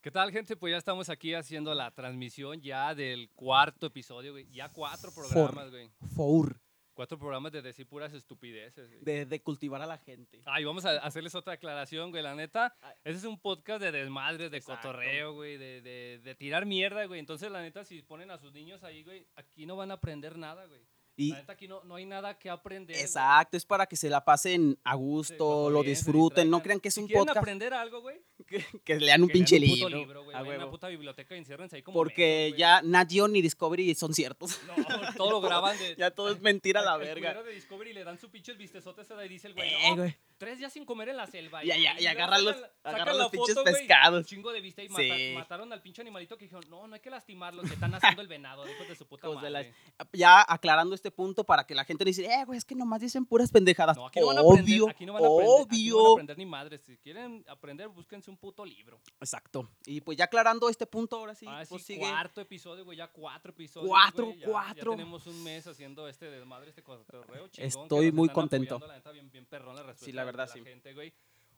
¿Qué tal, gente? Pues ya estamos aquí haciendo la transmisión ya del cuarto episodio, güey. Ya cuatro programas, güey. Four. Cuatro programas de decir puras estupideces, güey. De, de cultivar a la gente. Ay, vamos a hacerles otra aclaración, güey. La neta, Ay. ese es un podcast de desmadres, de Exacto. cotorreo, güey, de, de- de tirar mierda, güey. Entonces, la neta, si ponen a sus niños ahí, güey, aquí no van a aprender nada, güey. Y La neta, aquí no, no hay nada que aprender. Ah, güey. exacto, es para que se la pasen a Se gusto, cotorreen, lo se disfruten, no distraigan. crean que es Si un quieren podcast aprender algo, güey? que lean un que lean pinche puto libro. güey. A Vayan a una huevo. puta biblioteca y enciérrense ahí como Porque mensos, güey. ya Nat Geo ni Discovery son ciertos. No, todo lo graban de... ya todo es mentira a la el verga. culero de Discovery le dan su pinches vistezote se da y dice el güey, Eh, no, güey. tres días sin comer en la selva. Y, ya- y mira, agarran los, sacan la- sacan agarran la los pinches foto, güey, Un pescados. chingo de vista y Sí. mata- mataron al pinche animalito que dijeron, no, no hay que lastimarlos, que están haciendo el venado, hijos de su puta Hijos madre. de la- Ya aclarando este punto para que la gente no dice, eh, güey, es que nomás dicen puras pendejadas. No, aquí no van a Obvio, aprender, aquí no van a aprender, aquí no van a obvio. aprender ni madres. Si quieren aprender, búsquense un puto libro. Exacto. Y pues ya aclarando este punto, ahora sí, Ah, sí, pues sigue. cuarto episodio, güey, ya cuatro episodios. Cuatro, güey, ya- ya cuatro. tenemos un mes haciendo este desmadre, este cotorreo chingón. que Estoy nos muy están contento. apoyando, la neta, bien, bien perrón la respuesta Sí, la de verdad, sí. gente, güey.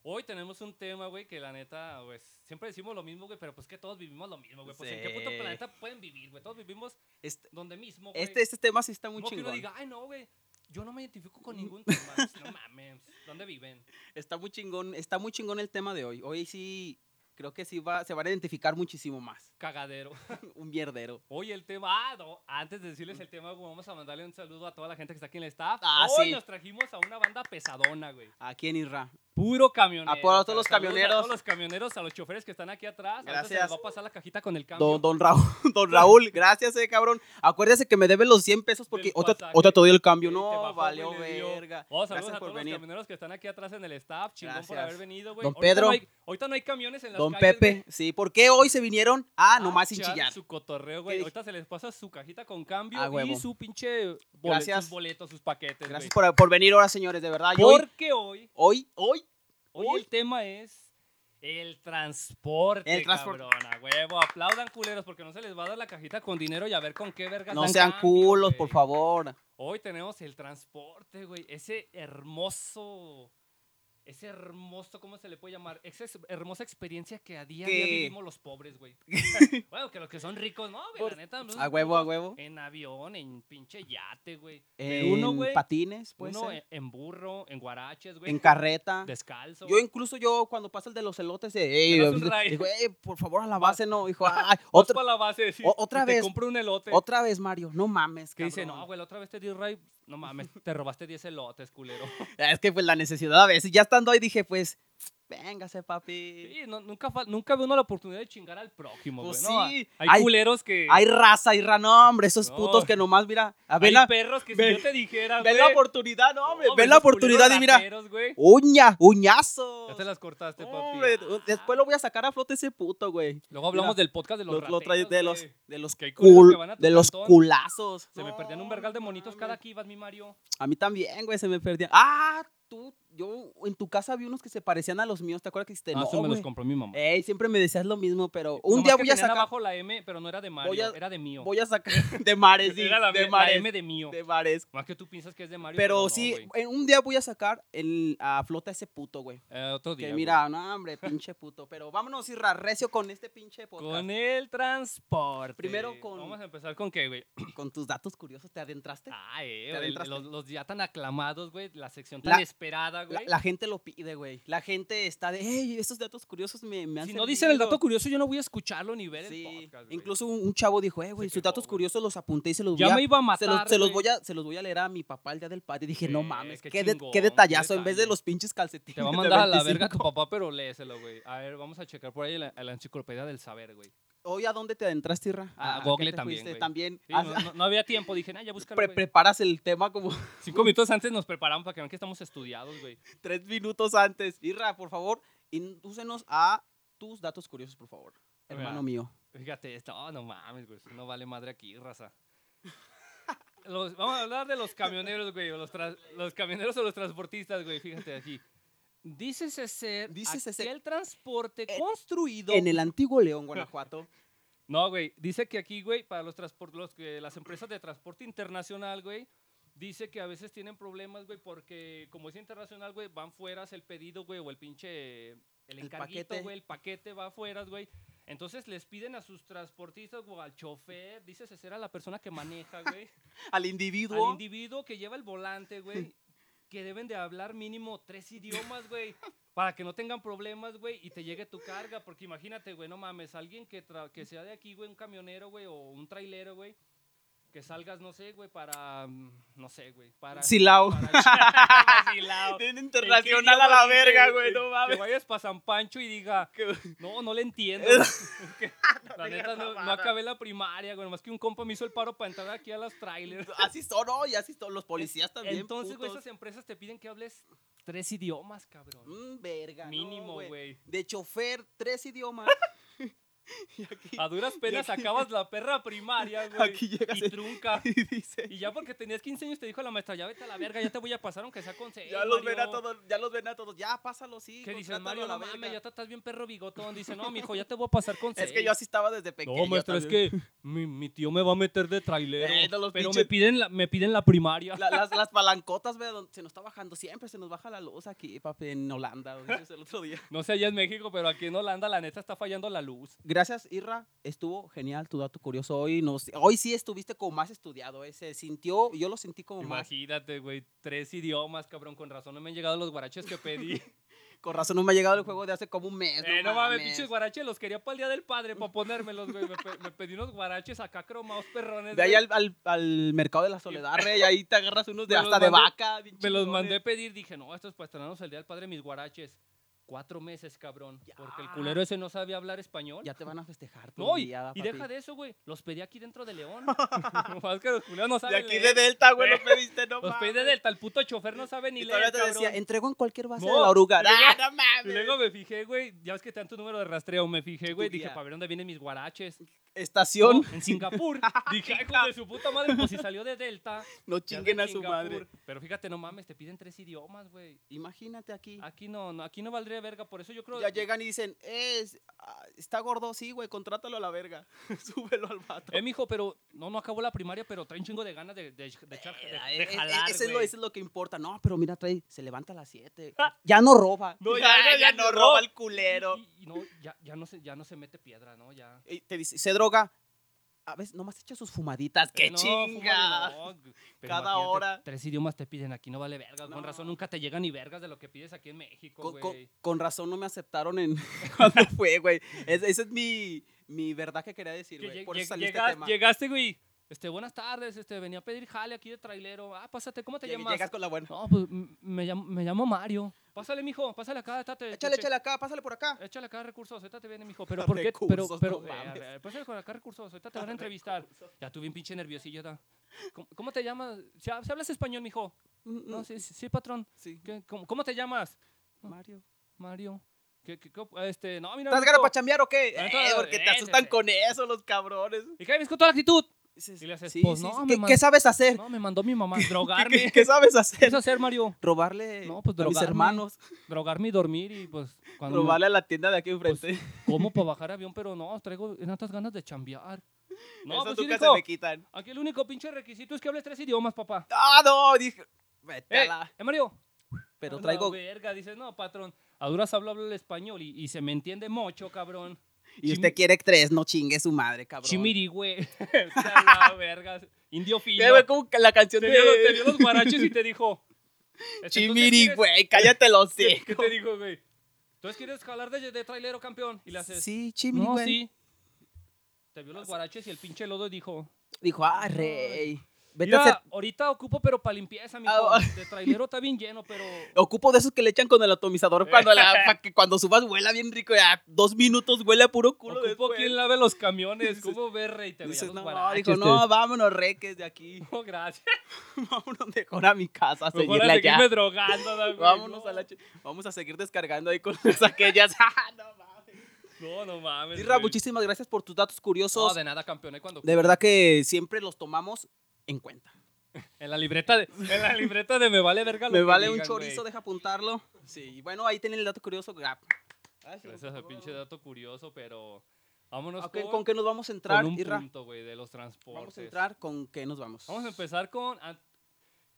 Hoy tenemos un tema, güey, que la neta, pues, siempre decimos lo mismo, güey, pero pues que todos vivimos lo mismo, güey. Pues, ¿en qué puto Sí. planeta pueden vivir, güey? Todos vivimos Este, donde mismo, güey. este, este tema sí está muy No que uno chingón. diga, ay, no, güey, yo no me identifico con ningún tema. Pues, no mames, ¿dónde viven? Está muy chingón, está muy chingón el tema de hoy. Hoy sí, creo que sí va, se van a identificar muchísimo más. Cagadero. Un mierdero. Oye, el tema. Ah, no, antes de decirles el tema, güey, vamos a mandarle un saludo a toda la gente que está aquí en el staff. Ah, Hoy sí. nos trajimos a una banda pesadona, güey. Aquí en Irra. Puro camionero. A todos los Saludos a camioneros. todos los camioneros, a los choferes que están aquí atrás. Ahorita se Gracias. les va a pasar la cajita con el cambio. Don, don Raúl, don Raúl, gracias, eh, cabrón. Acuérdese que me debe los 100 pesos porque Del otra, pasaje. otra te doy el cambio. Sí, te No, bajó, valió güey, le dio. verga. Oh, saludos Gracias a todos por los venir. camioneros que están aquí atrás en el staff. Chingón por Gracias. haber venido, güey. Don Ahorita Pedro. No hay, ahorita no hay camiones en las Don calles, Pepe, güey, sí, ¿por qué hoy se vinieron? Ah, a nomás sin echar chillar. su cotorreo, güey. dije? Ahorita se les pasa su cajita con cambio A huevo. y su pinche boleto, Gracias. sus boletos, sus paquetes, güey. Gracias por, por venir ahora, señores, de verdad. Y Hoy, Porque hoy hoy, hoy, Hoy Uy. el tema es el transporte, El transpor- cabrón, a huevo. Aplaudan culeros porque no se les va a dar la cajita con dinero y a ver con qué vergas no dan sean cambio, culos, güey. por favor. Hoy tenemos el transporte, güey. Ese hermoso... Ese hermoso, ¿cómo se le puede llamar? Esa es- hermosa experiencia que a día a día ¿Qué? vivimos los pobres, güey. bueno, que los que son ricos, no, güey, la Por- neta. nosotros A huevo, a huevo. En avión, en pinche yate, güey. Pero En uno, güey, patines, pues. Uno en- en burro, en guaraches, güey. En carreta. Descalzo. Yo incluso yo cuando pasa el de los elotes, eh, ey, das un ride. digo, "Ey, por favor a la base no, hijo, ay, Vas otra, pa' la base decir, o- otra y te vez, compro un elote. otra vez Mario, no mames, que dice, cabrón". no, güey, la otra vez te di ray. No mames, te robaste 10 elotes, culero. Es que pues la necesidad a veces, ya estando ahí dije, pues, véngase papi. Sí, no- nunca, fal- nunca ve uno la oportunidad de chingar al próximo, güey. Pues ¿no? sí, Hay, hay- culeros que. Hay raza, hay rano, hombre, esos No. putos que nomás mira, a hay ver la, perros que ve- si yo te dijera. ven güey, la oportunidad, no, hombre, no, ven güey, la esos culeros oportunidad y mira, rateros, güey. uña, uñazo. Ya te las cortaste, papi. Hombre, después lo voy a sacar a flote ese puto, güey. Luego hablamos mira, del podcast de los. Los- lo trae rateros, de los güey. de los Que hay culeros que cul- van a tu de los cantón. culazos. Se me No, perdían un vergal de no monitos cada mames. que ibas, mi Mario. A mí también, güey, se me perdía. Ah, tú, yo en tu casa vi unos que se parecían a los míos, ¿te acuerdas que hiciste? Ah, No, eso me los güey. compró mi mamá. Ey, siempre me decías lo mismo, pero un Nomás día que voy a tenían sacar, abajo la M, pero no era de Voy Mario, a- era de mío. voy a sacar de mares, sí, Era la, de M- la mares, M de mío. de mares. Más que tú piensas que es de Mario. Pero no, sí, güey. en un día voy a sacar el, a flota ese puto, güey. Eh, otro día. Que güey. mira, no, hombre, pinche puto. Pero vámonos, Irra, recio con este pinche podcast. Con el transporte. Primero con- Vamos a empezar con qué, güey. Con tus datos curiosos, ¿te adentraste? Ah, eh, Te el- adentraste. los, los ya tan aclamados, güey. La sección tan La- esperada, La, güey. la gente lo pide, güey. La gente está de, hey, esos datos curiosos me, me han si no dicen el dato servido". curioso, yo no voy a escucharlo ni ver Sí, el podcast. güey. Incluso un, un chavo dijo, eh, güey, Se sus quejó, datos güey. curiosos los apunté y se los, voy ya a, me iba a matar. se los, se los güey. voy a, se los voy a leer a mi papá el día del padre. Y dije, no Sí, mames, qué qué, de- chingón, qué qué detallazo. en vez de detalle. los pinches calcetines. Te va a de mandar a la 25. verga tu papá, pero léeselo, güey. A ver, vamos a checar por ahí la, la enciclopedia del saber, güey. Hoy, ¿a dónde te adentraste, Irra? A qué Google te también, fuiste? güey. También. Sí, Ah, no, no- no había tiempo, dije, nah, ya búscalo, pre- güey". preparas el tema como Cinco minutos antes nos preparamos para que vean que estamos estudiados, güey. tres minutos antes. Irra, por favor, indúcenos a tus datos curiosos, por favor. Mira. Hermano mío. Fíjate esto, oh, no mames, güey, no vale madre aquí, raza. Los- vamos a hablar de los camioneros, güey, o los, tras- los camioneros o los transportistas, güey, fíjate aquí. Dícese ser Dícese ser- aquel transporte Eh, construido... En el antiguo León, Guanajuato. No, güey, dice que aquí, güey, para los transpor- los que- las empresas de transporte internacional, güey, dice que a veces tienen problemas, güey, porque como es internacional, güey, van fueras el pedido, güey, o el pinche el El encarguito, paquete. güey, el paquete va afuera, güey. Entonces les piden a sus transportistas o al chofer, dices ser a la persona que maneja, güey, Al individuo. al individuo que lleva el volante, güey, que deben de hablar mínimo tres idiomas, güey, para que no tengan problemas, güey, y te llegue tu carga, porque imagínate, güey, no mames, alguien que, tra- que sea de aquí, güey, un camionero, güey, o un trailero, güey, que salgas, no sé, güey, para, mm, no sé, güey, para... Silao. para Silao. Bien ¿En qué internacional a la idioma dice, verga, güey, no Que mames. vayas para San Pancho y diga, no, no le entiendo. Que- la digas neta, no, no mamadas. acabé la primaria, güey. Más que un compa me hizo el paro para entrar aquí a las trailers. Así son, ¿no? Y así son los policías también. Entonces, güey, putos. esas empresas te piden que hables tres idiomas, cabrón. Mm, verga. no, Mínimo, güey. De chofer, tres idiomas. y aquí, A duras penas aquí- acabas la perra primaria, güey. Aquí llegas Y el- trunca. y dice. Y ya porque tenías 15 años te dijo la maestra, ya vete a la verga, ya te voy a pasar aunque sea con C, Ya los Mario". ven a todos, ya los ven a todos. Ya, pásalo, sí. Que dices, contrátalo Mario, a la no mames, verga". ya te estás bien perro bigotón. Dice, no, mijo, ya te voy a pasar con C. Es que yo así estaba desde pequeño. No, maestra, es también. que mi, mi tío me va a meter de trailero. Eh, de los pero me pinches- piden, la, me piden la primaria. La- las, las palancotas, güey, donde se nos está bajando siempre, se nos baja la luz aquí, papi, en Holanda, donde dices el otro día. No sé allá en México, pero aquí en Holanda la neta está fallando la luz. Gracias, Irra. Estuvo genial tu dato curioso hoy. Nos, hoy sí estuviste como más estudiado, eh. Se sintió, yo lo sentí como más. Imagínate, güey, tres idiomas, cabrón, con razón no me han llegado los guaraches que pedí. Con razón no me ha llegado el juego de hace como un mes. Eh, no mames, pinches guaraches, los quería para el Día del Padre, para ponérmelos, güey. Me, pe- me pedí unos guaraches acá cromados perrones. De ahí güey. al, al, al mercado de la soledad, rey, ahí te agarras unos de Me los hasta de mandé- vaca. bien Me los chingones. mandé pedir, dije, no, estos pues traernos el Día del Padre mis guaraches. Cuatro meses, cabrón, porque el culero ese no sabía hablar español. Ya te van a festejar. No, y, y deja de eso, güey. Los pedí aquí dentro de León. Más que los culeros no De saben aquí de leer. Delta, güey, lo pediste, no Los pedí de Delta. El puto chofer no sabe ni Y leer, todavía te cabrón. decía, entrego en cualquier base No, de la oruga. y luego- ¡Ah, no Y mames! luego me fijé, güey. Ya ves que tanto número de rastreo. Me fijé, güey. Tu Dije, guía. para ver dónde vienen mis guaraches. Estación, No, en Singapur. Ah, Dije, ay, hijo de su puta madre. Pues si salió de Delta. no ya chinguen anda a en su Singapur. madre. Pero fíjate, no mames, te piden tres idiomas, güey. Imagínate aquí. Aquí no, no, aquí no valdría verga. Por eso yo creo. Ya llegan y dicen, eh, es- ah, está gordo, sí, güey, contrátalo a la verga. Súbelo al vato. Eh, mijo, pero no, no acabó la primaria, pero trae un chingo de ganas de, de, de echar- de- Eh, de eh, jalar, eso, es lo, güey. Ah. eso es lo que importa. No, pero mira, trae, se levanta a las 7. Ya no roba. No, ya, ya, ya no roba. el culero. Y, y- y no, ya, ya, no se, ya no se mete piedra, ¿no? Ya. Y te dice, se droga. A veces nomás echa sus fumaditas. ¡Qué Eh, no, chinga! fúmale, no, pero Cada imagínate, hora. Tres idiomas te piden aquí, no vale verga. Con No. razón nunca te llegan ni vergas de lo que pides aquí en México, Con, con- güey. con razón no me aceptaron en cuando fue, güey. Es- esa es mi, mi verdad que quería decir, Que güey. lleg- Por eso lleg- salió este llegas- tema. Llegaste, güey. Este, buenas tardes, este, venía a pedir jale aquí de trailero. Ah, pásate, ¿cómo te Lleg- llamas? llegas con la buena. No, pues m- me llamo, me llamo Mario. Pásale, mijo, pásale acá, estate. Échale, te- échale acá, pásale por acá. Échale acá recursos, ahorita te viene, mijo. Pero, ¿por qué? Pero, Recursos, pero, no eh, mames. a ver, pásale con acá recursos, ahorita te van a entrevistar. Ya tuve un pinche nerviosillo, da. ¿Cómo, cómo te llamas? ¿Se ha- se hablas español, mijo? No, sí, sí, sí, patrón. Mm, Sí, ¿Qué- cómo, cómo te llamas? Mario. Mario. ¿Qué, qué, qué- este, no, mira. ¿Estás mijo. ganas para chambear o qué? Ah, Eh, entonces, porque te eh, asustan eh. con eso los cabrones. Y que vienes con toda la actitud. Dices, Y le haces, sí, pues, sí, no, sí, me ¿Qué, man- qué sabes hacer? No, me mandó mi mamá. Eh. ¿Qué- ¿Qué, Drogarme. qué sabes ¿Qué hacer? es hacer, Mario? Robarle No, pues, a mis drogarme. hermanos, Drogarme y dormir y pues cuando Pues, me- robarle a la tienda de aquí enfrente. como para bajar avión, pero no, traigo tantas ganas de chambear. No, Eso pues sí, nunca dijo, se me quitan. Aquí el único pinche requisito es que hables tres idiomas, papá. ¡Ah, no! Dije, vete a Eh, la... eh, Mario. Pero A la traigo... verga, dices, no, patrón. A duras hablo, hablo el español y, y se me entiende mucho, cabrón. Y usted quiere tres, no chingue su madre, cabrón. Chimirigüe. A la verga. Indio fino. Ya, güey, como que la canción te de... dio, los- te dio los guaraches y te dijo. este, ¿entonces Chimiri, quieres- güey, cállate los ¿Qué, sí. qué te dijo, güey? Entonces quieres jalar de, de trailero, campeón. Y le haces. Sí, Chimiri, no, güey. sí. Te vio los guaraches y el pinche lodo dijo. Dijo, ah, rey. Vete Mira, a hacer... ahorita ocupo, pero para limpieza, mijo. Ah, De trailero está bien lleno, pero. Ocupo de esos que le echan con el Eh. atomizador cuando, la, pa' que cuando subas huela bien rico. Ya, dos minutos huele a puro culo de Ocupo quien lave los camiones. ¿Cómo ver, rey? Te veía Dices, los no, guaraches, dijo, te- no, vámonos, reques de aquí. No, gracias. vámonos mejor a mi casa a Mejor a seguirla seguirme ya. drogando. da, güey, Vámonos no. a la ch- Vamos a seguir descargando ahí con aquellas. Ah, no mames. No, no mames. Irra, güey. muchísimas gracias por tus datos Pues, No, curiosos. de nada, campeón. ahí cuando De verdad que siempre los tomamos en cuenta. En la libreta de, en la libreta de me vale verga lo Me que vale un digan, chorizo, güey. deja apuntarlo. Sí, y bueno, ahí tienen el dato curioso. Ah, Grab. Gracias al pinche dato curioso, pero vámonos Ok, con, ¿Con con qué nos vamos a entrar, un Irra? punto, güey, de los transportes. Vamos a entrar con qué nos vamos. Vamos a empezar con, an-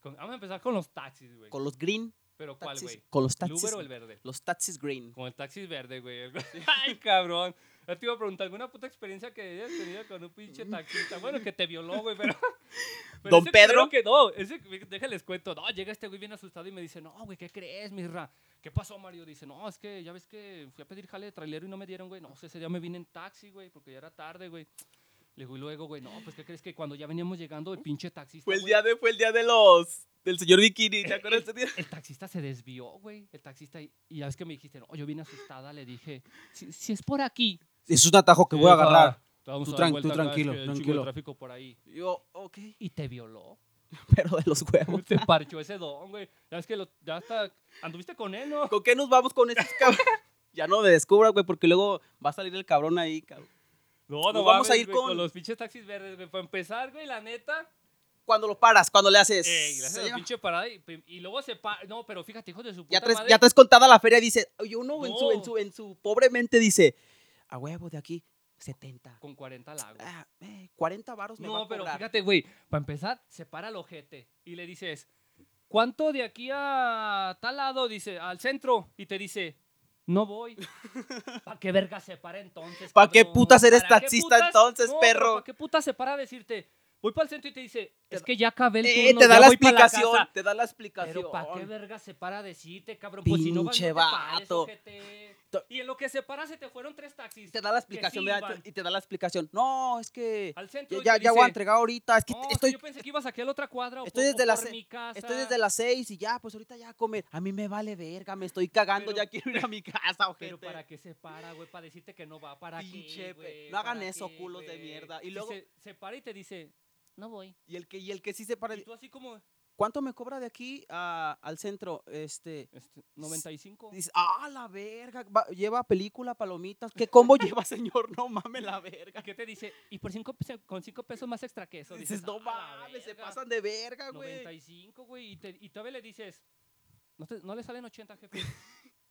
con- vamos a empezar con los taxis, güey. Con los green Pero ¿cuál, taxis. güey? Con los ¿El taxis. Uber o el verde? Los taxis green. Con el taxi verde, güey. Ay, cabrón. Yo te iba a preguntar, ¿alguna puta experiencia que hayas tenido con un pinche taxista? Bueno, que te violó, güey, pero... pero ¿Don ese Pedro? culero Que no, ese, déjales cuento. No, llega este güey bien asustado y me dice, no, güey, ¿qué crees, mirra? ¿Qué pasó, Mario? Dice, no, es que ya ves que fui a pedir jale de trailero y no me dieron, güey. No, sé, ese día me vine en taxi, güey, porque ya era tarde, güey. Le digo, y luego, güey, no, pues, ¿qué crees que cuando ya veníamos llegando, el pinche taxista, ¿Eh? Fue el güey, día de, fue el día de los, del señor Bikini, ¿te acuerdas de ese día? el taxista se desvió, güey. El taxista, y, y ya ves que me dijiste, no, yo vine asustada, le dije, si, si es por aquí. Es un atajo que voy a agarrar. Vamos Tú a dar tran- vuelta tú acá, es tranquilo, que hay un chingo de tranquilo. tráfico por ahí. Yo, ok. Y te violó. Pero de los huevos. Te parchó ese don, güey. Ya es que lo, ya hasta anduviste con él, ¿no? ¿Con qué nos vamos con esos cabrones? ya no me descubra, güey, porque luego va a salir el cabrón ahí, cabrón. No, Nos vamos a ir güey, con... con- los pinches taxis verdes, güey. Para empezar, güey, la neta. Cuando lo paras, cuando le haces. Ey, gracias a la señor, pinche parada. Y, y luego se pa... No, pero fíjate, hijo de su puta ya, traes, madre. ya traes contada la feria y dice, oye, uno en, su, en, No. su, en su pobre mente dice, a huevo de aquí, 70. Con 40 lagos. Ah, eh, 40 varos me va No, a pero cobrar. fíjate, güey, para empezar, se para el ojete y le dices, ¿cuánto de aquí a tal lado? Dice, al centro. Y te dice, no voy. ¿Para qué verga se para entonces? ¿Pa' qué cabrón? putas eres ¿Para qué taxista entonces, perro? ¿Para qué putas se para a decirte? Voy para el centro y te dice, es que ya acabé el Eh, turno, te da ya la voy pa' explicación, casa". te da la Pero ¿para qué explicación. verga se para a decirte, cabrón? Pues si no vas, no Pinche te pares, vato. ojete. Y en lo que se para se te fueron tres taxis. Te da la explicación, sí ¿verdad? van. y te da la explicación. No, es que Al centro ya, y ya, te ya voy a dice, entregar ahorita, es que no, es que estoy, yo pensé que ibas aquí a la otra cuadra o estoy por- o desde la por se- mi casa. Estoy desde las 6 y ya, pues ahorita ya a comer. A mí me vale verga, me estoy cagando, Pero- ya quiero ir a mi casa, ojete. Pero para qué se para, güey, para decirte que no va, para Pinche qué, pe- güey, no hagan ¿para eso, qué, culos de güey? mierda. Y Si luego- se, se para y te dice, no voy. Y el que y el que sí se para, Y tú así como, ¿cuánto me cobra de aquí a- al centro? Este este, 95. dice, "Ah, la verga, va- lleva película, palomitas. ¿Qué combo lleva, señor? No mames la ¿Y verga." qué te dice? Y por cinco, pe- con 5 pesos más extra que eso. Dices, "No "Ah, la mames, se verga, pasan de verga, güey." 95, güey. Y, te- y todavía le dices, no, te- no le salen 80, jefe.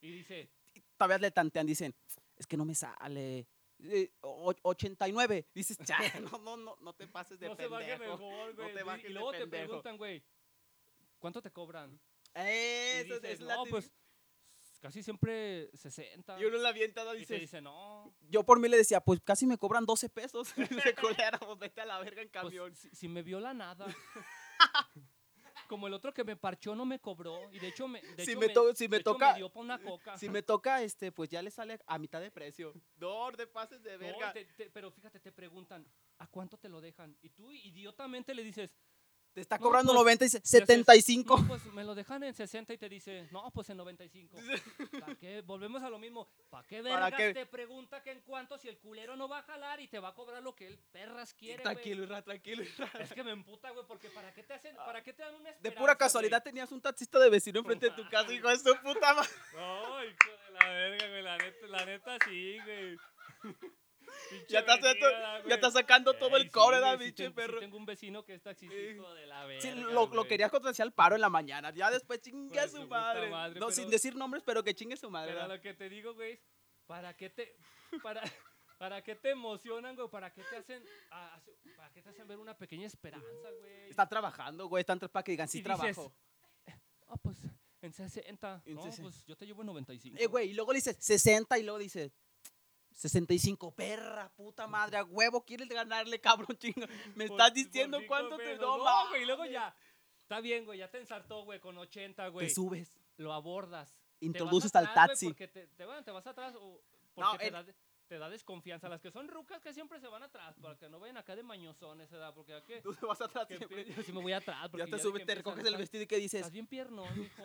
y dice, Todavía le tantean, dicen, "Es que no me sale." eh, o- 89. Dices, "Cha, no, no, no, no te pases de no se pendejo." baje mejor, güey. te y- bajes y de luego te pendejo. preguntan, güey, ¿cuánto te cobran? Y Eso dices, es la no, típica". pues casi siempre 60. Y uno en la avientada Y te dice, dice, no. yo por mí le decía, pues casi me cobran 12 pesos. de culera, pues vete a la verga en pues, camión. si, si me viola nada. Como el otro que me parchó no me cobró. Y de hecho me, de Si hecho me to- si me de hecho toca- me dio pa' una coca. si me toca, este, pues ya le sale a mitad de precio. No, de pases de No, verga. te- te- pero fíjate, te preguntan, ¿a cuánto te lo dejan? Y tú idiotamente le dices, Te está no, cobrando pues, 90 y dice, haces- 75. no, pues me lo dejan en 60 y te dice, no, pues en 95. ¿Para qué? Volvemos a lo mismo. ¿Para qué ¿Para vergas qué? te pregunta que en cuánto si el culero no va a jalar y te va a cobrar lo que el perras quiere, güey? tranquilo, Irra, tranquilo, Irra. Es que me emputa, güey, porque ¿para qué te hacen, para qué te dan una De esperanza, pura güey? casualidad tenías un taxista de vecino enfrente de tu casa, hijo de su puta madre. No, hijo de la verga, güey. La neta, la neta sí, güey. Pinche Ya estás, ya, vecina, está- güey. ya está sacando todo Ey, el sí, cobre, güey, da, sí biche, ten- sí perro. tengo un vecino que es taxista, Sí. hijo de la verga. Sí, lo, lo güey. querías contrasear al paro en la mañana. Ya después chingue a Pues, su su puta madre. madre, no, pero- sin decir nombres, pero que chingue su madre. Pero ¿verdad? lo que te digo, güey, es, ¿para qué te. Para, ¿Para qué te emocionan, güey? ¿Para qué te hacen, a- hace- ¿Para qué te hacen ver una pequeña esperanza, güey? Están trabajando, güey. Están tra- para que digan, sí Y dices, trabajo. Ah, pues en 60. En no, 60. pues yo te llevo en 95. Eh, güey, y luego le dices 60 y luego dices 65, perra, puta madre, a huevo, quieres ganarle, cabrón, chinga. Me Por- estás por diciendo cinco cuánto te pesos. no, No, güey, y luego mames. ya. Está bien, güey, ya te ensartó, güey, con 80, güey. Te subes. Lo abordas. te Introduces vas atrás, al güey, taxi. Porque te, te, bueno, te vas atrás o porque No, te, el- da, de- te da desconfianza. Las que son rucas que siempre se van atrás, para que no vayan acá de mañozones, ¿verdad? Porque aquí. Tú te vas atrás Que siempre. empie- yo sí me voy atrás. porque Ya te de subes, que te empiezan, recoges el "Estás- vestido y que dices, Estás bien piernón, hijo.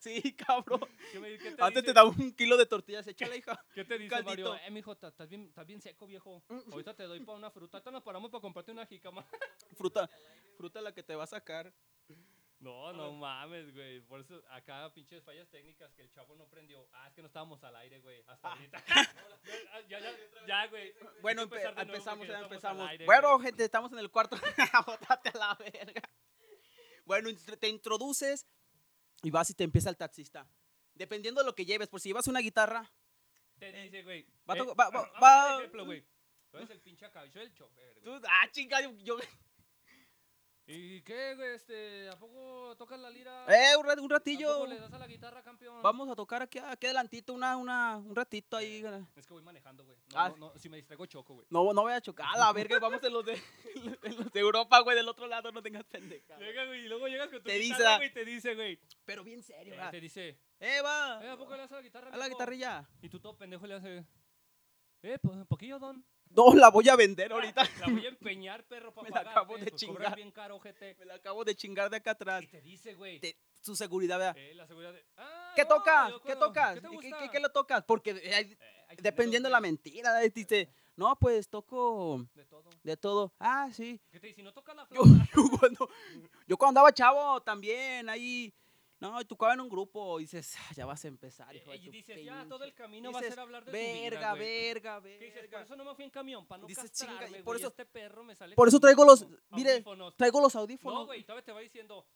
sí, cabrón. ¿Qué, me- qué te Antes te dice- da un kilo de tortillas, échale, hija. ¿Qué te dice caldito. Mm, Mario? Eh, mijo, ta- estás bien, estás bien seco, viejo. Ahorita te doy para una fruta. Ahorita nos paramos para comprarte una jicama. Fruta, fruta la que te va a sacar. No, no mames, güey. Por eso acá pinches fallas técnicas que el chavo no prendió. Ah, es que no estábamos al aire, güey. Hasta ahorita. ya, ya, ya, güey. Hay Bueno, que empezar empe- de nuevo empezamos, porque ya ya estamos empezamos. al aire, güey. bueno, gente, estamos en el cuarto. Bótate a la verga. Bueno, int- te introduces y vas y te empieza el taxista. Dependiendo de lo que lleves, por si llevas una guitarra, Te dice, güey. va a eh, to- va- va- vamos va- a dar ejemplo, güey. Tú eres el pinche acá, yo soy el chofer, güey. tú, ah, chinga, yo, yo- ¿Y qué, güey? Este, ¿A poco tocas la lira? Eh, un, ra- un ¿A ratillo. poco le das a la guitarra, campeón? Vamos a tocar aquí, aquí adelantito, una, una, un ratito ahí. Es que voy manejando, güey. No, Ah. no, no, si me distraigo, choco, güey. No, no voy a chocar, a la verga, vamos en los de, en los de Europa, güey, del otro lado, no tengas pendeja. Llega, güey, y luego llegas con tu Te guitarra, dice- güey, y te dice, güey. Pero bien serio, Eh, va. Te dice, Eh, va. eh, ¿a poco le das a la guitarra, A la mijo?" guitarrilla. Y tú todo pendejo le haces, eh, pues, un poquillo, don. No, la voy a vender ahorita. La voy a empeñar, perro, para Me la pagar. acabo de chingar. bien caro, ojete. Me la acabo de chingar de acá atrás. Y te dice, güey. Te- su seguridad, ¿verdad? Eh, la seguridad de... "Ah, ¿Qué no, tocas? yo ¿Qué acuerdo. tocas? ¿Qué te ¿Qué, qué, gusta? qué lo tocas? Porque eh, hay- Eh, hay dependiendo géneros, la güey, mentira, eh, dice, no, pues toco De todo. de todo. Ah, sí. ¿Qué te dice? "Si no tocas la Yo, flauta. yo cuando, yo cuando andaba chavo también, ahí, no, y tocaba en un grupo, y dices, "Ah, ya vas a empezar, Eh, hijo de y tu dices, ya pinche". todo el camino va a Dices, ser hablar de verga, tu vida, güey". verga, ¿Qué dices? verga. Por eso no me fui en camión, para no Dices, "Chinga, y castrarme, güey. por eso- este perro me sale por con eso traigo los- mire, audífonos". Traigo los No, audífonos. güey, todavía te va diciendo...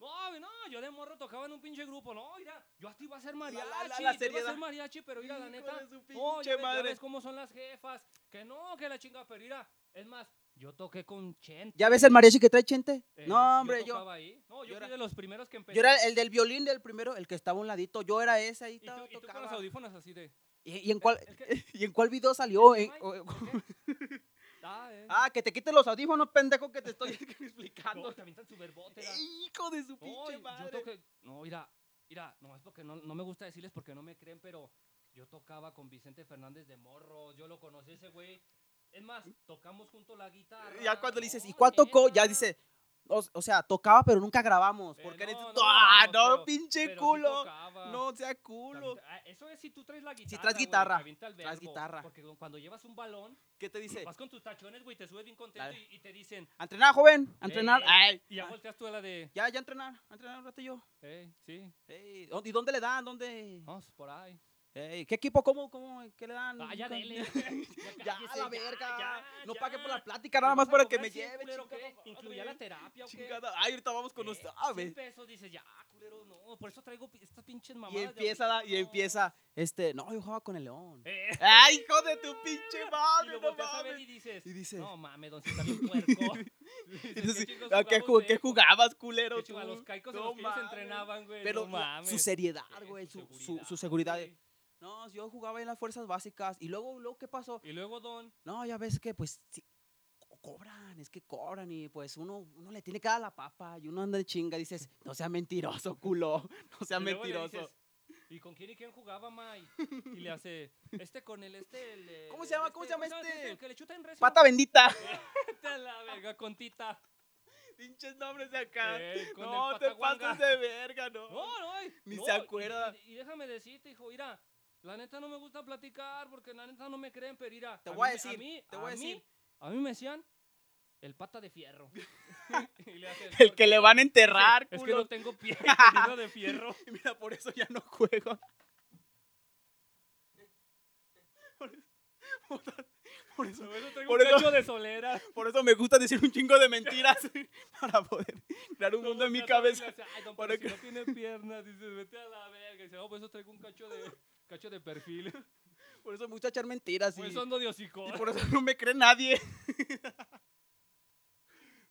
No, güey, no, yo de morro tocaba en un pinche grupo. No, mira, yo hasta iba a ser mariachi. yo iba a seriedad. ser mariachi, pero mira, la Hijo neta... de su No, ya, pinche ve- ya madre. ves cómo son las jefas. Que no, que la chinga, pero mira, es más, yo toqué con Chente. ¿Ya ves el mariachi que trae Chente? Eh, no, hombre, yo, tocaba ahí. No, yo, fui yo era- de los primeros que empecé. yo era el del violín del primero, el que estaba a un ladito, yo era ese, ahí y tú, estaba, y tú con los tocaba. audífonos así de. ¿Y, y en cuál, ¿El qué? ¿Y en cuál video salió? ¿El En- Wi-Fi? o- ¿El qué? ah, eh. ah, que te quiten los audífonos, pendejo, que te estoy no, explicando. y también tan superbote. era. Hijo de su No, pinche y yo madre. toqué. No, mira, mira, nomás porque no, no me gusta decirles porque no me creen, pero yo tocaba con Vicente Fernández de Morro. Yo lo conocí ese güey. Es más, tocamos junto la guitarra. ¿Mm? Ya cuando le dices, No, ¿y cuál tocó? Ya neta. dice, o, o sea, tocaba, pero nunca grabamos. Eh, Porque eres. no, no ¡Ah, grabamos, no, pero- pinche Pero sí culo! tocaba. no sea También culo. tra- ah, Eso es si tú traes la guitarra. traes güey, guitarra, te avienta el traes verbo, guitarra. Porque cu- cuando llevas un balón, ¿Qué te dice? vas con tus tachones, güey, te subes bien contento Claro. y, y te dicen. ¿A entrenar, joven? ¿A "Ey, entrenar? ey". Ay, Y ya ah, volteas tú a la de. ya, ya entrenar. ¿A entrenar un ratillo? Ey, sí, Ey, ¿dó- ¿Y dónde le dan? ¿Dónde? vamos por ahí. Ey, ¿Qué equipo? ¿Cómo? ¿Cómo? eh, ¿Qué le dan? Ah, ya ¿Con- dele. Ya, cállese, la verga. ya, no ya. pagué por la ¿Me plática, nada más vas a para que cobrar me 100, lleve. culero, chingada qué? madre. Incluía la terapia, ¿o qué? Chingada. Ay, ahorita vamos con los. Eh, Ah, 100 ve. pesos, dices, ya, culero, no. Por eso traigo pi- estas pinches Y mamadas. de empieza, la- y audífonos. empieza. Este, no, yo jugaba con el león. Eh, ¡Ay, hijo de tu pinche y madre! lo ¡No volteas a ver mames! y dices. Y dice, No mames, don, si está bien puerco. y dice, chingos "¿A jugaba ¿qué, ju- qué usted?" jugabas, culero? Pero tú?" a los caicos en No los que ellos mames. entrenaban, güey. Pero no la- mames. Eh, pues, su seriedad, güey, su, su, su seguridad. de, güey. No, yo jugaba en las fuerzas básicas. Y luego, luego, ¿qué pasó? Y luego Don, No, ya ves que, pues, sí, co- cobran, es que cobran. Y pues uno, uno le tiene que dar la papa. Y uno anda de chinga. Dices, no sea mentiroso, culo. No sea y luego le mentiroso. dices, ¿Y con quién y quién jugaba, Mai? Y le hace, este con el este, el, eh, ¿Cómo se el llama? ¿Cómo se llama este? El que le chuta en recio. Pata bendita. Vete a la verga, con Tita. Pinches nombres de acá. Eh, con no, el te pataguanga. pasas de verga, no. No, no, ay, Ni no, se y- acuerda. Y, y déjame decirte, hijo, mira, la neta no me gusta platicar porque la neta no me creen, pero mira. Te mí voy a me- decir, mí- te voy a mí- decir. A mí me decían, el pata de fierro. Y le hace, El "¿Por que qué?". le van a enterrar, Es que culo. no tengo pierna de fierro. Y mira, por eso ya no juego. Por, por- por eso, Por eso tengo Por un eso- cacho de solera. por eso me gusta decir un chingo de mentiras para poder crear un mundo en mi cabeza. Ay, don, Para pero si no tiene piernas, dices, vete a la verga. Y dice, oh, por eso traigo un cacho de, cacho de perfil. Por eso me gusta echar mentiras. Por Y, eso ando de y hocicón. por eso no me cree nadie.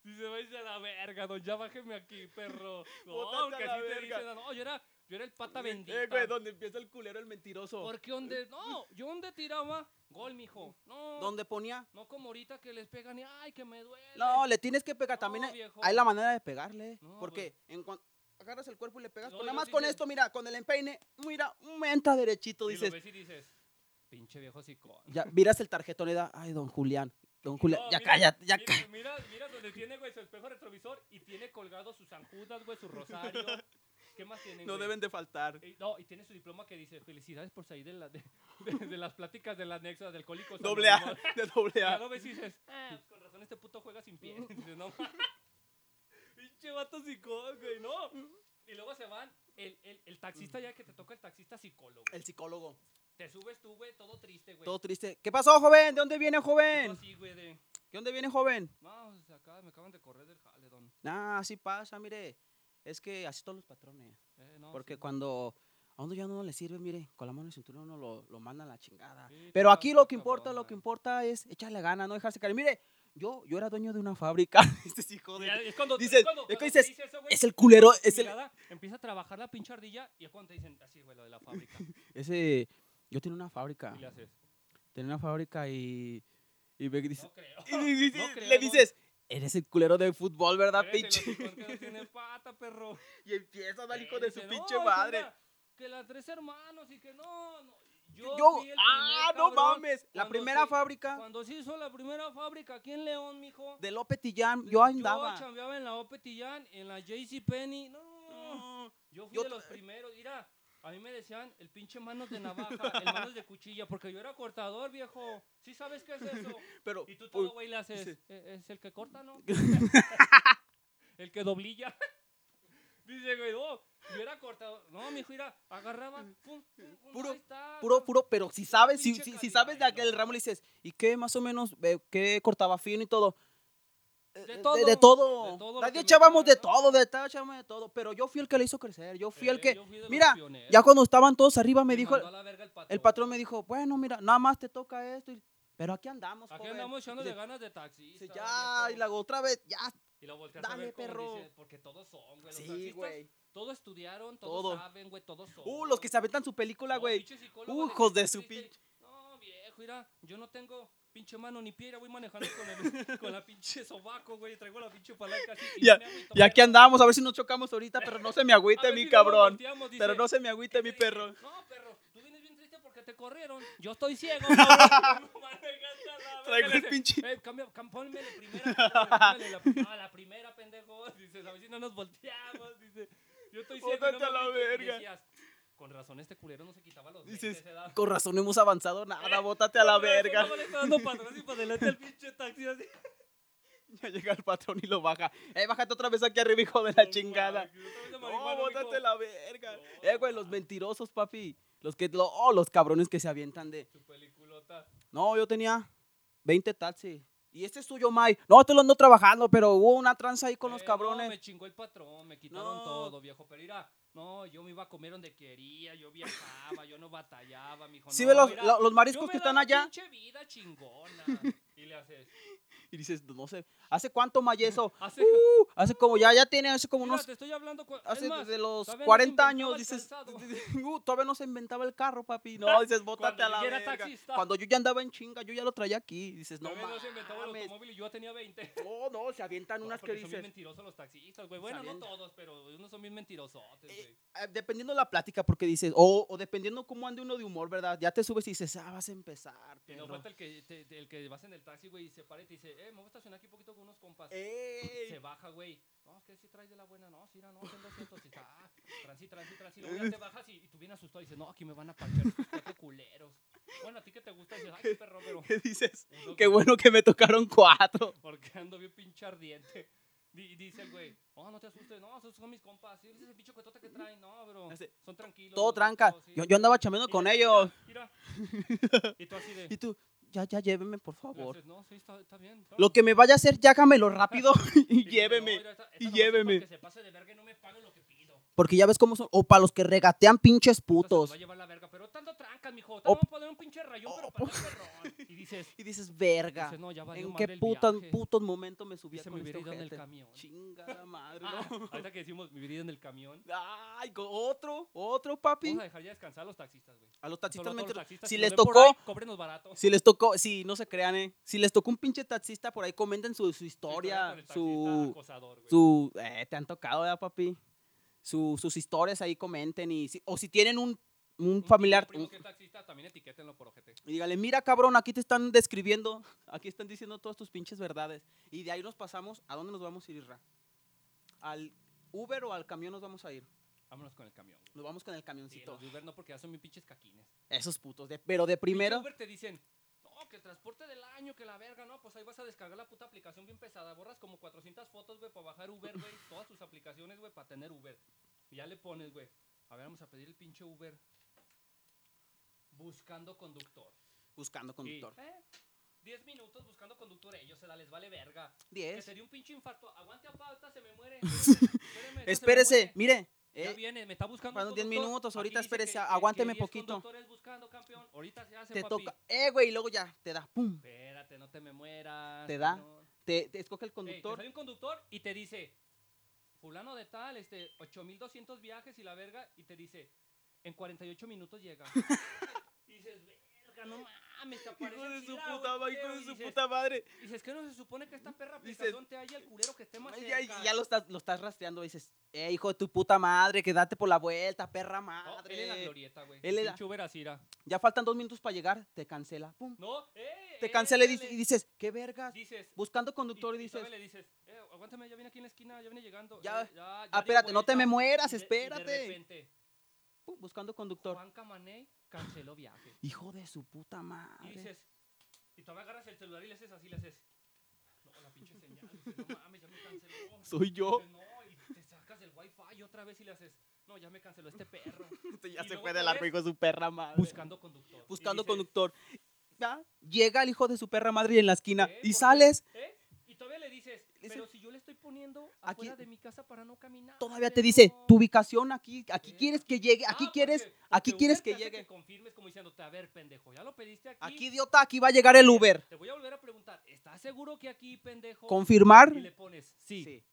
Dice, vete a la verga, don, ya bájeme aquí, perro. No, Bótate a porque la así te verga. dicen, no, yo era, yo era el pata bendita. Eh, güey, donde empieza el culero, el mentiroso. porque donde, no, yo donde tiraba, gol, mijo. No, ¿Dónde ponía? no como ahorita que les pegan y, ay, que me duele. No, le tienes que Eh, pegar. No, También hay- viejo. hay la manera de pegarle. No, pues. porque en cuanto agarras el cuerpo y le pegas, No, con- nada yo más con dije- esto, mira, con el empeine, mira, me entra derechito. y lo Dices, ves y dices, pinche viejo hocicón. Ya, miras el tarjetón y da, ay, don Julián, don Julián, No, ya mira, cállate, ya cállate. Mira, mira, mira donde tiene, güey, su espejo retrovisor y tiene colgado sus anjudas, güey, su rosario. ¿Qué más tienen, No güey? deben de faltar. Eh, No, y tiene su diploma que dice, felicidades por salir de, la, de, de- de las pláticas del anexo del cólico. Doble A, de doble Ya A. lo ves y dices, ah, con razón este puto juega sin pie. Dices, no, mames. pinche vato psicólogo, güey, no. Y luego se van, el, el, el taxista ya que te toca el taxista psicólogo. El psicólogo, Te subes tú, güey, todo triste, güey. todo triste. ¿Qué pasó, joven? ¿De dónde viene, Tú joven? así, güey, de, ¿De dónde viene, joven? no, pues, acá me acaban de correr del jale, don. Ah, así pasa, mire. Es que así todos los patrones. Eh, no, Porque sí. cuando a uno ya no le sirve, mire, con la mano en el cinturón uno lo, lo manda a la chingada. Sí, Pero está- aquí lo está que importa, cabrón, lo eh. que importa es echarle ganas, no dejarse caer. Mire, Yo, yo era dueño de una fábrica. este es hijo de... Ya, Es cuando, Dices- es cuando- es que cuando dices, te dice eso, güey, Es el culero, tu es el... mirada Empieza a trabajar la pinche ardilla y es cuando te dicen así, güey, lo de la fábrica. Ese... Yo tenía una fábrica. Y le haces, Tenía una fábrica y... Y me dice- no creo. y le dice- No creo, le no. dices, eres el culero de fútbol, ¿verdad, Espérate, pinche? los hijos que no tiene pata, perro. Y empieza a dar hijo Eh, de su dice, pinche "No, es madre. una- Que las tres hermanos y que no, no, Yo, Yo, fui el ah, primer no cabrón. mames. La cuando primera se- fábrica Cuando se hizo la primera fábrica aquí en León, mijo. de López Tillán, yo Yo andaba. chambeaba en la Opetillán, en la JCPenney. No, yo fui Yo de ta- los primeros. Mira, a mí me decían el pinche manos de navaja, el manos de cuchilla, porque yo era cortador, viejo. ¿Sí sabes qué es eso? Pero, Y tú pues, todo, güey, le haces. dice- "E- Es el que corta, ¿no? el que doblilla. Dice, güey, oh, yo era cortador. No, mijo, mira, agarraba. Pum, pum, pum, Puro- ahí está, puro, puro, pero si sabes, si, pinche si- si calidad, sabes de no. aquel ramo, le dices, ¿y qué más o menos, eh, qué cortaba fino y todo? Eh, De eh, todo, De, todo. de todo lo Nadie que me echábamos de digas, ¿no? todo, de tal echábamos de todo. Pero yo fui el que le hizo crecer. Yo fui Eh, el que. yo fui de los Mira, pioneros. ya cuando estaban todos arriba, me Y dijo. mandó a la verga el patrón. El patrón me dijo, bueno, mira, nada más te toca esto. y- Pero aquí andamos, Aquí joven". andamos echándole Dice, ganas de taxi. dice, ya, y la otra vez, ya. Y lo volteas a Dale, ver como perro. dice, porque todos son, güey. Los Sí, taxistas, güey. Todos estudiaron, todos Todo. saben, güey, todos son. Uh, los que se aventan su película, No, güey. pinche psicólogo, Uh, le hijos dice, de su triste, pinche- No, viejo, mira, yo no tengo pinche mano ni piedra, voy manejando con, el, con la pinche sobaco, güey, y traigo la pinche palanca así. Y a- no me agüito, Y aquí perro. andamos, a ver si nos chocamos ahorita, pero no se me A agüite ver mi si no nos cabrón. volteamos, dice, Pero no se me y agüite le mi dice, perro. No, perro, tú vienes bien triste porque te corrieron. Yo estoy ciego. cabrón, no manejas a la verga", Traigo le el dice, pinche. Eh, cambia, cam- ponme la primera. perro, póngale la, ah, la primera, pendejo. Dices, a ver si no nos volteamos. Dice, yo estoy ciego. y no Póngate a me la viste". Y verga. decías, con razón, este culero no se quitaba los Dices, lentes, ¿verdad? Con razón no hemos avanzado nada, bótate a la Con razón, verga. no le está dando para atrás y para adelante el pinche taxi así. Ya llega el patrón y lo baja. Eh, bájate otra vez aquí arriba, hijo de la No, chingada. mames, otra vez de No, marihuana, bótate mijo. a la verga. No, Eh, güey, los mames. mentirosos, papi. Los que, lo- oh, los cabrones que se avientan de. Su peliculota. No, yo tenía 20 taxis. Y este es tuyo, May. No, te lo ando trabajando, pero hubo una tranza ahí con los Eh, cabrones. No, me chingó el patrón, me quitaron No. todo, viejo. Pero mira, no, yo me iba a comer donde quería, yo viajaba, yo no batallaba, mijo. Sí, no, ve los, mira, lo- los yo mariscos me que daba están allá. pinche vida chingona. y le haces. Y dices, no sé, ¿hace cuánto, May, eso? Hace, Uh, hace como, ya, ya tiene, hace como mira, unos, te estoy hablando. cu- es hace más, de los todavía no se 40 inventaba años, el dices, calzado. uh, todavía no se inventaba el carro, papi. No, dices, bótate Cuando a la yo ya era verga. taxista. Cuando yo ya andaba en chinga, yo ya lo traía aquí. Dices, no todavía no se inventaba el mames. automóvil y yo tenía 20. No, no, se avientan No, unas porque que son bien dices, mentirosos los taxistas, güey. Bueno, no Sabiendo. todos, pero unos son bien mentirosotes, Eh, güey. eh, dependiendo la plática, porque dices, o, o dependiendo cómo ande uno de humor, ¿verdad? Ya te subes y dices, ah, vas a empezar, Y no perro. falta el que, te- te- el que vas en el taxi, güey, y se para y te dice, eh, me voy a estacionar aquí un poquito con unos compas. Ey. Se baja, güey. No, es que si traes de la buena, no, si era, no, son 200, si está, ah, transi, transi, transi. Luego ya te bajas y, y tú bien asustado y dices, no, aquí me van a parchar, qué culeros. Bueno, a ti que te gusta, dices, ay, qué perro, pero. ¿Qué dices? uno Qué que- bueno que me tocaron cuatro. Porque ando bien pinche ardiente. Di- Y dice el güey, no, no te asustes, no, esos son mis compas, sí, ese bicho cuetote que traen, no, pero Hace- son tranquilos. Todo los tranca. vatos, sí". Yo, yo andaba chameando con Mira, ellos. Mira, mira. Y tú así de, Y tú, ya, ya, lléveme, por le favor. haces, no, sí, está, está bien. está Lo que me vaya a hacer, ya hágamelo rápido y Y lléveme. y lléveme. Que se pase de verga y no me pague lo que pido. Porque ya ves cómo son. O para los que regatean Puta, pinches se putos. Va a llevar la verga, pero tanto trancas, mijo. Te Oh. vamos a poner un pinche rayón, pero Oh, para el perrón. Y dices, Y dices, verga. dices, no, ya valió ¿En madre qué el putas, viaje. putos momentos me subía Dice, con me hubiera este ido en el ojete? camión. Chingada madre, Ah, no. ahorita que decimos, mi vida en el camión. Ay, co- otro, otro, papi. Vamos a dejar ya descansar a los taxistas, güey. A Solo los taxistas, todos me los tro- taxistas, si nos les ven por tocó, ahí, cóbrenos barato. si les tocó, si no se crean, eh. Si les tocó un pinche taxista por ahí, comenten su, su historia, con el taxista su, acosador, güey. su, eh, te han tocado, ¿verdad, papi? Su- sus historias ahí comenten y si- o si tienen un, un Un tío, familiar, un primo un- que es taxista, también etiquétenlo por ojete. y dígale, mira cabrón, aquí te están describiendo, aquí están diciendo todas tus pinches verdades. Y de ahí nos pasamos, ¿a dónde nos vamos a ir, Ra? ¿Al Uber o al camión nos vamos a ir? Vámonos con el camión. güey. Nos vamos con el Sí, camioncito. los de Uber no, porque ya son bien pinches caquines. Esos putos, de, pero de Pinche primero, Uber te dicen, no, que el transporte del año, que la verga, no, pues ahí vas a descargar la puta aplicación bien pesada. Borras como 400 fotos, güey, para bajar Uber, güey. Todas tus aplicaciones, güey, para tener Uber. Y ya le pones, güey. A ver, vamos a pedir el pinche Uber. Buscando conductor. buscando Y, conductor. ¿eh? 10 minutos buscando conductor, ellos se la les vale verga. Que 10. sería un pinche infarto. Aguante a pauta, se me muere. Espéreme, espéreme, esta se me Espérese, muere. mire. Ya eh, viene, me está buscando. Bueno, un 10 conductor. minutos, Aquí ahorita dice espérese, que- aguánteme que 10 poquito. conductores buscando, campeón. Ahorita se hace, te papi. toca. Eh, güey, y luego ya te da. Pum. Espérate, no te me mueras. ¿Te da? cabrón. te, te escoge el Ey, te conductor. sale un conductor y te dice, fulano de tal, este, 8200 viajes y la verga, y te dice, en 48 minutos llega. y dices, verga, no mames, te aparece Hijo de el su SIDA, puta madre, güey, hijo de y su dices- puta madre. Y dices, ¿qué no se supone que esta perra Dices- aplicación te haya el culero que esté más Ya, cerca? ya lo, estás, lo estás rastreando. Dices, eh, hijo de tu puta madre, quédate por la vuelta, perra No, él en la madre. glorieta, güey. Él en la- Pinche Uber Asira. ya faltan dos minutos para llegar, te cancela. Pum. No, eh, Te eh, cancela y dices, dale. y dices, qué vergas. Dices, Buscando conductor y y dices, todavía le dices, eh, aguántame, ya viene aquí en la esquina, ya viene llegando. Ya- eh, ya, ah, espérate, no te me mueras, mueras, Y de espérate. repente, Pum, buscando conductor. Juan Camaney canceló viaje. Hijo de su puta Y madre. dices, y tú agarras el celular y le haces así, le haces, no, la pinche señal, dices, no mames, ya me canceló. Soy yo. Dices, no, y te sacas el wifi y otra vez y le haces, no, ya me canceló este perro. ya Y se luego fue otra del arco, vez, hijo de su perra madre. Buscando conductor. Y Buscando dices, conductor. Ya, Llega el hijo de su perra madre y en la esquina. Eh, Y porque- sales, ¿Eh? Y todavía le dices, Dice- pero si yo le estoy poniendo Aquí- afuera de mi casa para no caminar. todavía te dice, no". tu ubicación aquí, aquí Verga. quieres que llegue, aquí Ah, quieres, porque- aquí porque quieres Uber que te hace llegue. confirmes como diciéndote, a ver, pendejo, ya lo pediste aquí. Aquí, idiota, aquí va a llegar el Uber. Te voy a volver a preguntar, ¿estás seguro que aquí, pendejo? ¿Confirmar? Y le pones, sí. Sí.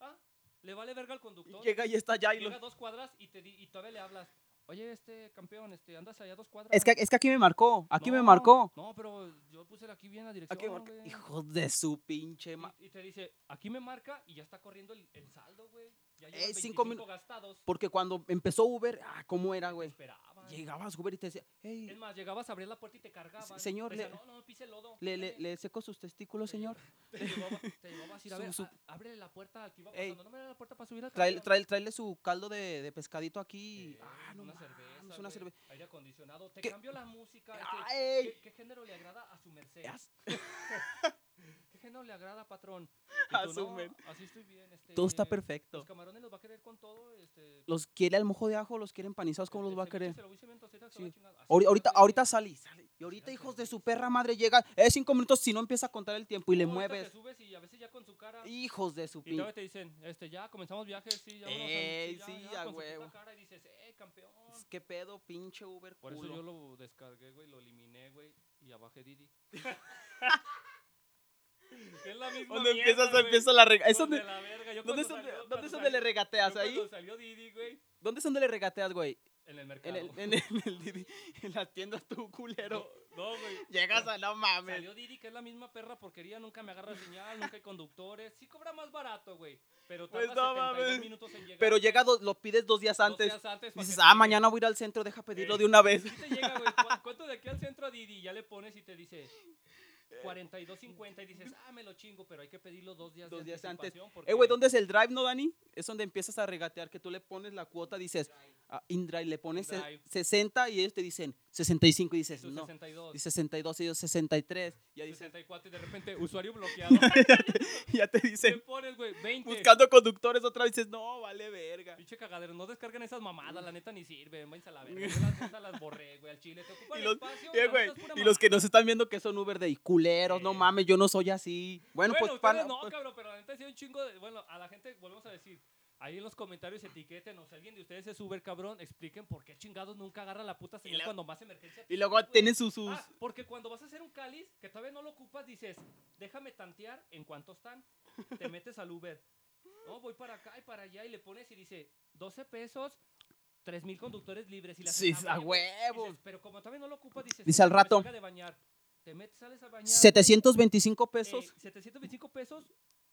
Ah, le vale verga al Y conductor. Llega y está allá. Y lo- Llega dos cuadras y, te di- y todavía le hablas. Oye, este campeón, este, andas allá dos cuadras. Es, que, es que aquí me marcó, aquí me No, marcó. No, pero yo puse aquí bien la dirección. Aquí me marcó. güey. Hijo de su pinche ma- Y, y te dice, aquí me marca y ya está corriendo el, el saldo, güey. Ya Eh, llevas 25 cinco minu- gastados. Porque cuando empezó Uber, ah, ¿cómo era, te güey? esperaban. Llegabas Uber y te decía, Es hey, más, llegabas a abrir la puerta y te cargaban. señor, Te le- decían, no, no, pise el lodo. ¿le, le, ándale". le secó sus testículos, señor? Te llevaba, te llevaba así, a Su- ver, su- a- ábrele la puerta al que iba Ey. pasando. No me abre la puerta para subir al Trae, camión". trae, tráele su caldo de, de pescadito aquí. Eh, ah, no una mames, cerveza, una güey, cerveza. aire acondicionado, te ¿Qué? cambio la música. este, ¡Ay! ¿qué, qué género le agrada a su merced? as- ¿Qué género le agrada, patrón? Y A tú, su "No, mer- Así estoy bien. Este, Todo está Los perfecto. camarones los va a querer con todo. Este, Los quiere al mojo de ajo, los quiere empanizados, ¿cómo el- los el va a ceviche querer? se lo voy cimiento, se lo Sí. va chingando. Así Ahori- lo Ahorita, hace, ahorita sale, sale. Y ahorita, Mira, hijos de su servicio. perra madre, llega. Es cinco minutos si no empieza a contar el tiempo y le no, ahorita mueves. Te subes y a veces ya con su cara. Y, Hijos de su pinche. todavía te dicen, este, ya comenzamos viajes, sí, ya vámonos, Ey, ya, sí, ya, a con su puta huevo. cara y dices, eh, campeón. ¿Qué pedo, pinche Uber? Por eso culo? yo lo descargué, güey, lo eliminé, güey, y ya bajé Didi. es la misma Cuando mierda, empiezas, güey. empieza la rega. Es Donde donde, la verga, yo ¿dónde, es cuando donde, salió- ¿dónde cuando es donde le salió- regateas? yo ¿Ahí? Cuando salió Didi, güey, ¿Dónde es donde le regateas, güey? en el mercado. En el, en el, en el Didi, en la tienda tú, culero. No, no, güey. Llegas a no mames. Salió Didi, que es la misma perra porquería, nunca me agarra señal, nunca hay conductores. Sí cobra más barato, güey, pero tarda Pues no 72 mames. minutos en llegar. Pero llega, do- lo pides dos días dos antes. días antes pa' Dices, que te ah, llegue". mañana voy a ir al centro, deja pedirlo Ey. de una vez. Sí te llega, güey. ¿Cu- ¿Cuánto de aquí al centro a Didi? Ya le pones y te dice Eh. 42.50 y dices, ah, me lo chingo, pero hay que pedirlo dos días, Dos de días antes. anticipación porque- Eh, güey, ¿dónde es el drive, no, Dani? Es donde empiezas a regatear, que tú le pones la cuota, dices, ah, InDrive, le pones se- InDrive. 60 y ellos te dicen 65 y Y dices, tú no. 62, Y 62 y ellos 63. Ya, dices, 64 y de repente usuario bloqueado. ya te ¿Qué dicen, pones, güey? 20. buscando conductores otra vez, dices, no, vale verga. Pinche cagadero, no descarguen esas mamadas, la neta ni sirven, váyanse a la verga. Yo las, esas las borré, güey, al chile. Te ocupan Y los, espacio, eh, la güey, neta es pura y los que mamada. nos están viendo que son Uber de y culeros, no Sí. mames, yo no soy así. Bueno, Bueno, pues ustedes para. no, cabrón, pero la neta sí hay un chingo de... Bueno, a la gente volvemos a decir... Ahí en los comentarios etiqueten o si alguien de ustedes es Uber, cabrón, expliquen por qué chingados nunca agarra la puta señal la- cuando más emergencia Y luego güey. tienen sus. sus- Ah, porque cuando vas a hacer un cáliz que todavía no lo ocupas, dices, déjame tantear en cuánto están. Te metes al Uber. No, voy para acá y para allá y le pones y dice, 12 pesos, 3 mil conductores libres. Y las Sí, a huevo. pero como todavía no lo ocupas, dices, Dice al "Déjame rato. sacar de bañar. Te metes, sales a bañar. 725 eh, pesos. 725 pesos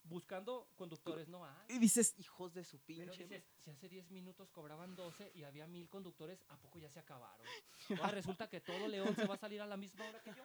buscando conductores. No hay. Y dices, hijos de su Pero pinche. dices, si hace 10 minutos cobraban 12 y había mil conductores, ¿a poco ya se acabaron? Ahora resulta que todo León se va a salir a la misma hora que yo.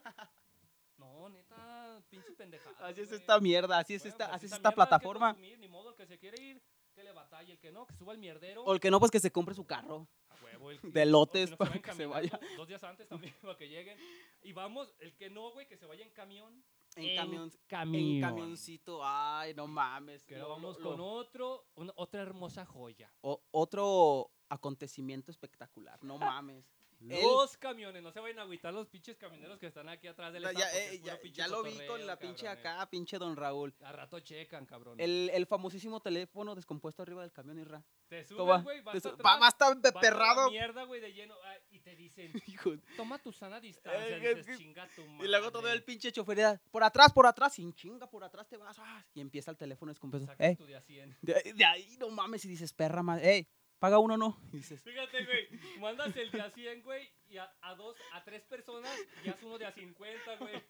No, neta, pinche pendejada. pues Así es esta mierda, así es esta, así es esta plataforma. ni modo, el que se quiere ir, que le batalle, el que no, que suba al mierdero. O el que no, pues que se compre su carro. a huevo, el- de o si lotes no, para vayan que se caminando, Dos días antes también, para que lleguen. Y vamos, el que no, güey, que se vaya en camión. En camión. En camión. camioncito. Ay, no mames. Que ahora lo- vamos lo- con otro, una- otra hermosa joya. o- otro acontecimiento espectacular. No mames. Los camiones, no se vayan a agüitar los pinches camioneros que están aquí atrás del Ya, estado, porque eh, es puro ya- pinche ya lo vi con cotorreo, la pinche cabrones. acá, pinche don Raúl. A rato checan, cabrón. El, el famosísimo teléfono descompuesto arriba del camión, Irra. te subes, ¿Cómo va? güey, vas Te su- atrás, Va, va a estar vas a la emperrado. mierda, güey, de lleno. ah, y te dicen, hijo. toma tu sana distancia. Eh, es dices, que- chinga tu madre. Y luego todo el pinche chofer ya, por atrás, por atrás, sin chinga, por atrás te vas. ah, y empieza el teléfono descompuesto. Sacas Eh, tu de a 100. de, de ahí no mames y dices, perra madre, ey, paga uno no. Y dices, Fíjate, güey, mandas el de a 100, güey, y a, a dos, a tres personas, y haz uno de a 50, güey.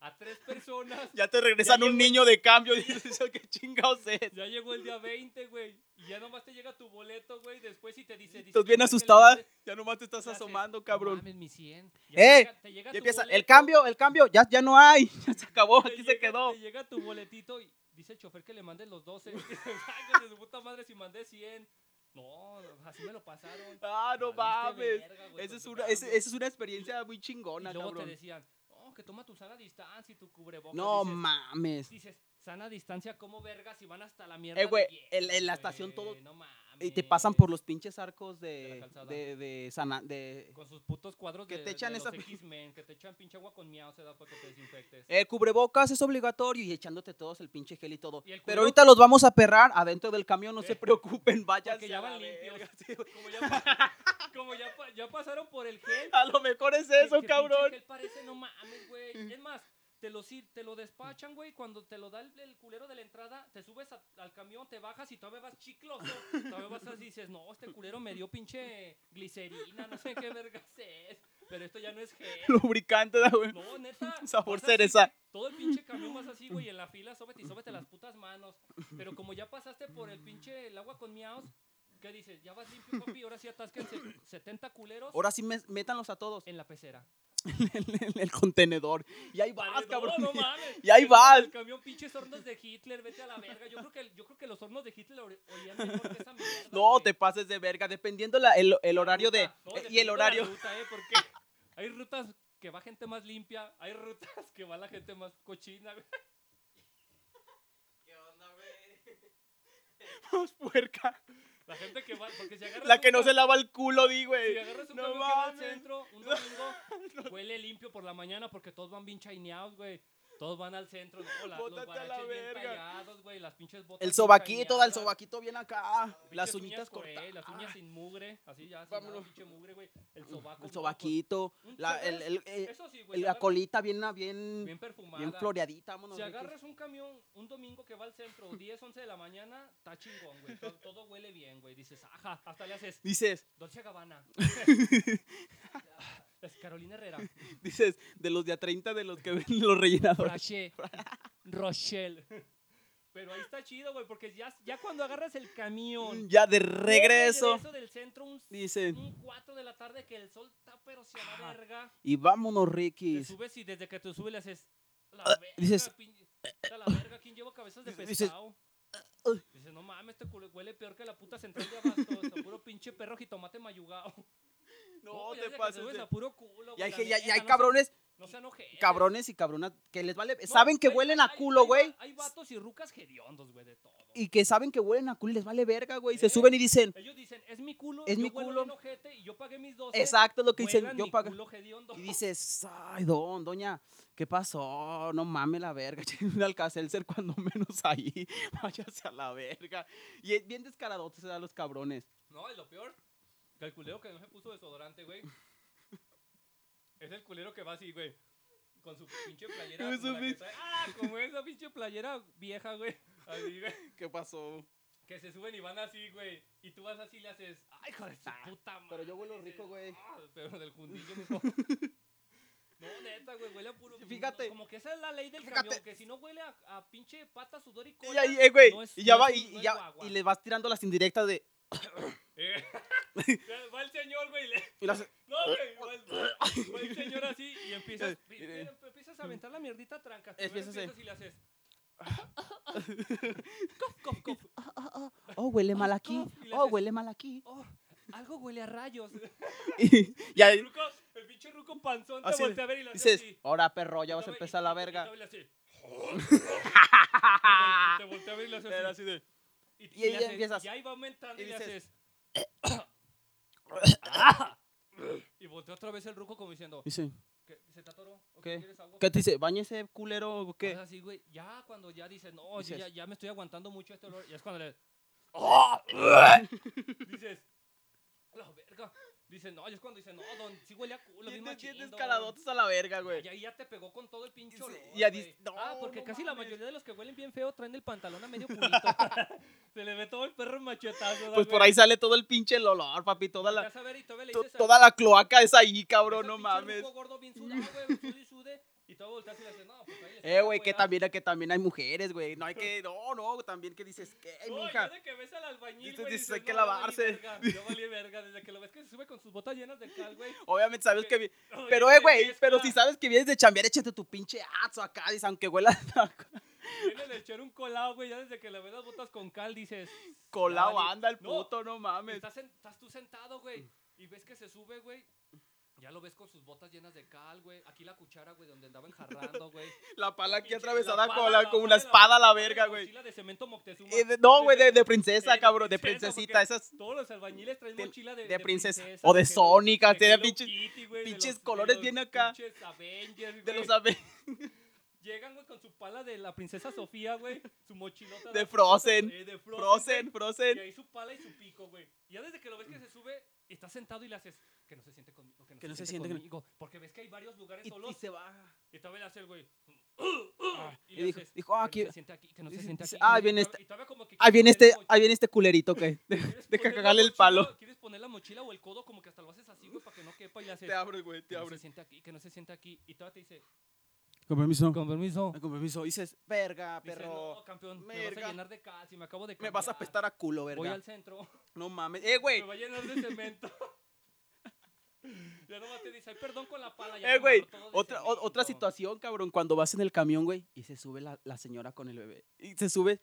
A tres personas, ya te regresan Ya un niño de cambio. Y dices, "Oh, qué chingados es. Ya llegó el día 20, güey. Y ya nomás te llega tu boleto, güey. Después si te dice. dice "Creo Estás bien que le asustada, mandé-". ya nomás te estás Ya sé, asomando, "No cabrón. mames, mi 100". Ya te ¡Eh! llega- te llega Y tu empieza, el boleto, cambio, el cambio, ya, ya no hay, ya se acabó, te aquí se llega- quedó. Te llega tu boletito y dice el chofer que le mande los 12. Ay, que su puta madre si mandé 100. No, así me lo pasaron. Ah, no Valiste mames. verga, güey, Esa con es tu una, cambio. esa esa es una experiencia muy Y chingona, luego te cabrón. decían, no, que toma tu sana distancia y tu cubrebocas. No dices, mames. Dices, sana distancia, ¿cómo vergas si van hasta la mierda? Eh, de güey, hielo, el- en la güey? estación todo- No mames. Y te pasan por los pinches arcos la de. calzada. de. de. sana- de- Con sus putos cuadros Que de, te echan de esa los pi- Eh, X-Men, que te echan pinche agua con miau, se da para que te desinfectes. El cubrebocas es obligatorio y echándote todos el pinche gel y todo. Y el Pero cubrebocas- ahorita los vamos a perrar adentro del camión, no Eh, se preocupen, vayan. porque ya van limpios. Como ya, pa- como ya, pa- ya pasaron por el gel. A lo mejor es que- que eso, pinche cabrón. Mm. gel parece, no mames, güey. Es más, te lo, sir- te lo despachan, güey. Cuando te lo da el, el culero de la entrada, te subes a- al camión, te bajas y todavía vas chicloso. Todavía vas así y dices, no, este culero me dio pinche glicerina, no sé qué vergas es. Pero esto ya no es gel. Lubricante, da, güey. No, neta. Sabor vas así, cereza. güey, Todo el pinche camión más así, güey, en la fila, sóbete y sóbete las putas manos. Pero como ya pasaste por el pinche el agua con miaos, ¿qué dices? Ya vas limpio, papi, ahora sí atásquense 70 culeros Ahora sí, mes- métanlos a todos en la pecera. en el contenedor. Y ahí vas, Valedor, cabrón. no mames. Y ahí Pero vas. El camión pinches hornos de Hitler, vete a la verga. Yo creo que, yo creo que los hornos de Hitler ori- olían mejor que esa mierda. No, güey. te pases de verga, dependiendo la- el, el La horario de... ruta, no, eh, y el dependiendo de la horario... ruta, eh, porque hay rutas que va gente más limpia, hay rutas que va la gente más cochina, güey. Más puerca. La gente que va, porque si agarras La que un no ca- se lava el culo, di, Si güey. agarras un No camión que va al mames. centro, un domingo, huele limpio por la mañana porque todos van bien chaineados, güey. Todos van al centro, no, la, los Bótate a la guaraches bien verga. callados, güey, las pinches botas El bien sobaquito, da el chaineadas, sobaquito bien acá. pinches Las uñitas con- eh, cortadas. Las uñas sin mugre, así ya, sin Vámonos. nada, pinche mugre, güey. El sobaco. El sobaquito sobaquito. La, el- el- el- Eso sí, güey. la agarras colita bien, ah, bien, Bien bien, perfumada. floreadita. vámonos, Si Ricky. agarras un camión un domingo que va al centro, 10, 11 de la mañana, está chingón, güey. Todo, todo huele bien, güey. Dices, ajá, hasta le haces Dices, Dolce Gabbana. Es Carolina Herrera. dices, de los de a 30, de los que ven los rellenadores. Frache. Rochelle. Pero ahí está chido, güey, porque ya, ya cuando agarras el camión. Ya de de Mm, regreso. regreso del centro un, Dicen, un 4 de la tarde que el sol está pero si a la Ajá. verga. y vámonos, Te Ricky. subes y desde que te subes le haces. La Ah, verga, dices, eh, pin- a la verga, ¿quién lleva cabezas de dices, dices, pescado? ah. Dices, no mames, este culo huele peor que la puta central de abasto. Está puro pinche perro jitomate mayugado. ya No, te desde que pases. subes de- a puro culo, Y hay, güey, la que- y hay- y neta, hay no se- cabrones, No sean ojetes. cabrones y cabronas que les vale. No, saben que hay- huelen hay- a hay- culo, hay va- güey. Hay vatos y rucas hediondos, güey, de todo. y que saben que huelen a culo y les vale verga, güey. Se ¿Eh? suben y dicen, Ellos dicen, es mi culo, Es yo mi huelo culo. bien ojete y yo pagué mis 12. exacto es lo que dicen, huelan yo mi pago. culo hediondo. Y dices, ay, don, doña, ¿qué pasó? No mames la verga, échenme un alcacelser cuando menos ahí, váyase a la verga. Y es bien descarado se da los cabrones. No, y lo peor, que el culero que no se puso desodorante, güey. es el culero que va así, güey. Con su pinche playera. Con como su la que pinche- trae- ah, como esa pinche playera vieja, güey. Así, güey. ¿Qué pasó? Que se suben y van así, güey. Y tú vas así y le haces, ay, hijo de su Ah, puta madre. pero yo huelo rico, güey. "Ah, pero del jundillo, mijo. No, neta, güey, huele a puro. Fíjate. Como que esa es la ley del Fíjate. camión, que si no huele a, a pinche pata, sudor y cola. Y ahí, eh, güey, no es- y ya no va, es y, un- y no es ya, guagua. y les vas tirando las indirectas de... Eh, va el señor, güey, y le, y las- No, güey, va el- va el señor así y empiezas, pi- mira, empiezas a aventar la mierdita tranca. Primero Empiezas a- empiezas y le haces. cof, cof, cof. "Ah, ah, ah, oh, huele mal aquí, Y le oh, haces- huele mal aquí. Oh, algo huele a rayos. Y, y ahí El, ruco, el pinche ruco panzón te Así es. voltea a ver y le hace Ah, dices, así. ahora perro, ya vas a Voltea empezar y- la y- y verga. te habla así. Y Te voltea a ver y le hace Era así. así de... Y, Y ahí le haces- empiezas. Y ahí va aumentando Y y, le dices, haces. Y volteó otra vez el ruco como diciendo, Dice, "¿Qué? ¿se te atoró? ¿O ¿Qué? ¿Quieres algo? ¿qué te dice? ¿Báñese, culero o O qué? sea, sí, güey, ya cuando ya dices, no, yo Dices- ya, ya me estoy aguantando mucho este olor, y es cuando le... dices, "A la verga. Dices, no, y es cuando dices, no, don, sí huele a culo, bien Bien, bien machín, don". descaradotes a la verga, güey. Y ahí ya te pegó con todo el pinche Sí, olor, ya güey. dices, "No, Ah, porque no casi la mames". mayoría de los que huelen bien feo traen el pantalón a medio culito. Se le ve todo el perro machetazo. Pues por ahí sale todo el pinche olor, papi. Toda la, Vas a ver y todavía le to- dices al- toda la cloaca es ahí, cabrón, ese no pinche mames. ruco gordo bien sudado, güey, sude y sude, y todo volteas y le dices, no, pues ahí les Eh, toca, güey, que ah. también, que también hay mujeres, güey. No hay que, no, no, también que dices, ¿qué, No, mija? ya de que ves al albañil, Dices, güey, dices, hay que "No, ya valí lavarse". verga, ya valí verga, desde que lo ves que se sube con sus botas llenas de cal, güey. Obviamente sabes que... vi- Oye, Pero, eh, güey, güey, es pero que si sabes que vienes de chambear, échate tu pinche azo acá, dices, aunque huela a Viene de echar un colado, güey, ya desde que le ves las botas con cal, dices... colado, "Vale". anda el No, puto, no mames. Estás, sen- estás tú sentado, güey, y ves que se sube, güey. Ya lo ves con sus botas llenas de cal, güey. Aquí la cuchara, güey, donde andaba enjarrando, güey. La pala aquí Pinche- atravesada la con, pala, la- con la una pala, espada a la pala, verga, güey. mochila de cemento Moctezuma. Eh, de- No, güey, de, Eh, de Sí, princesa, de cabrón, de princesa, princesita, porque esas Todos los albañiles traen de- mochila de, de princesa. princesa, O de Hello- Sonic, así de Hello pinches- Kitty, güey, de pinches los- de colores los bien acá. pinches Avengers, de güey. los ave- Llegan, güey, con su pala de la princesa Sofía, güey. Su mochilota. De la princesa- Frozen. eh, de Frozen. Frozen, güey, Y ahí Frozen. su pala y su pico, güey. Y ya desde que lo ves que se sube, estás sentado y le haces que no se siente conmigo, que no, se, siente que no- conmigo. Porque ves que hay varios lugares solos. Y, se va. todavía le hace el güey. "Uh, y Y le dijo, haces, dijo, ah, que aquí, no se siente aquí, que no se dice- siente dice, aquí. ah, y viene todavía- esta- y todavía como que ahí viene quiere este, ahí viene este culerito que ¿Quieres de poner la cagarle el mochila? palo. Quieres poner la mochila o el codo como que hasta lo haces así, güey, para que no quepa y le haces. Te abres, güey, Que te no se abres. siente aquí, que no se siente aquí. Y todavía te dice, Con permiso. con permiso. Con permiso. Dices, verga, Dices, perro. no, campeón, me vas verga. a llenar de cal si me acabo de Me vas cambiar. a apestar a culo, Voy verga. al centro, No mames. Eh, me güey. va a llenar de cemento. ya nomás te dice, ay, perdón con la pala. ya Eh, te güey, embarró todo de otra, o- otra cemento. situación, cabrón, cuando vas en el camión, güey, y se sube la, la señora con el bebé. Y se sube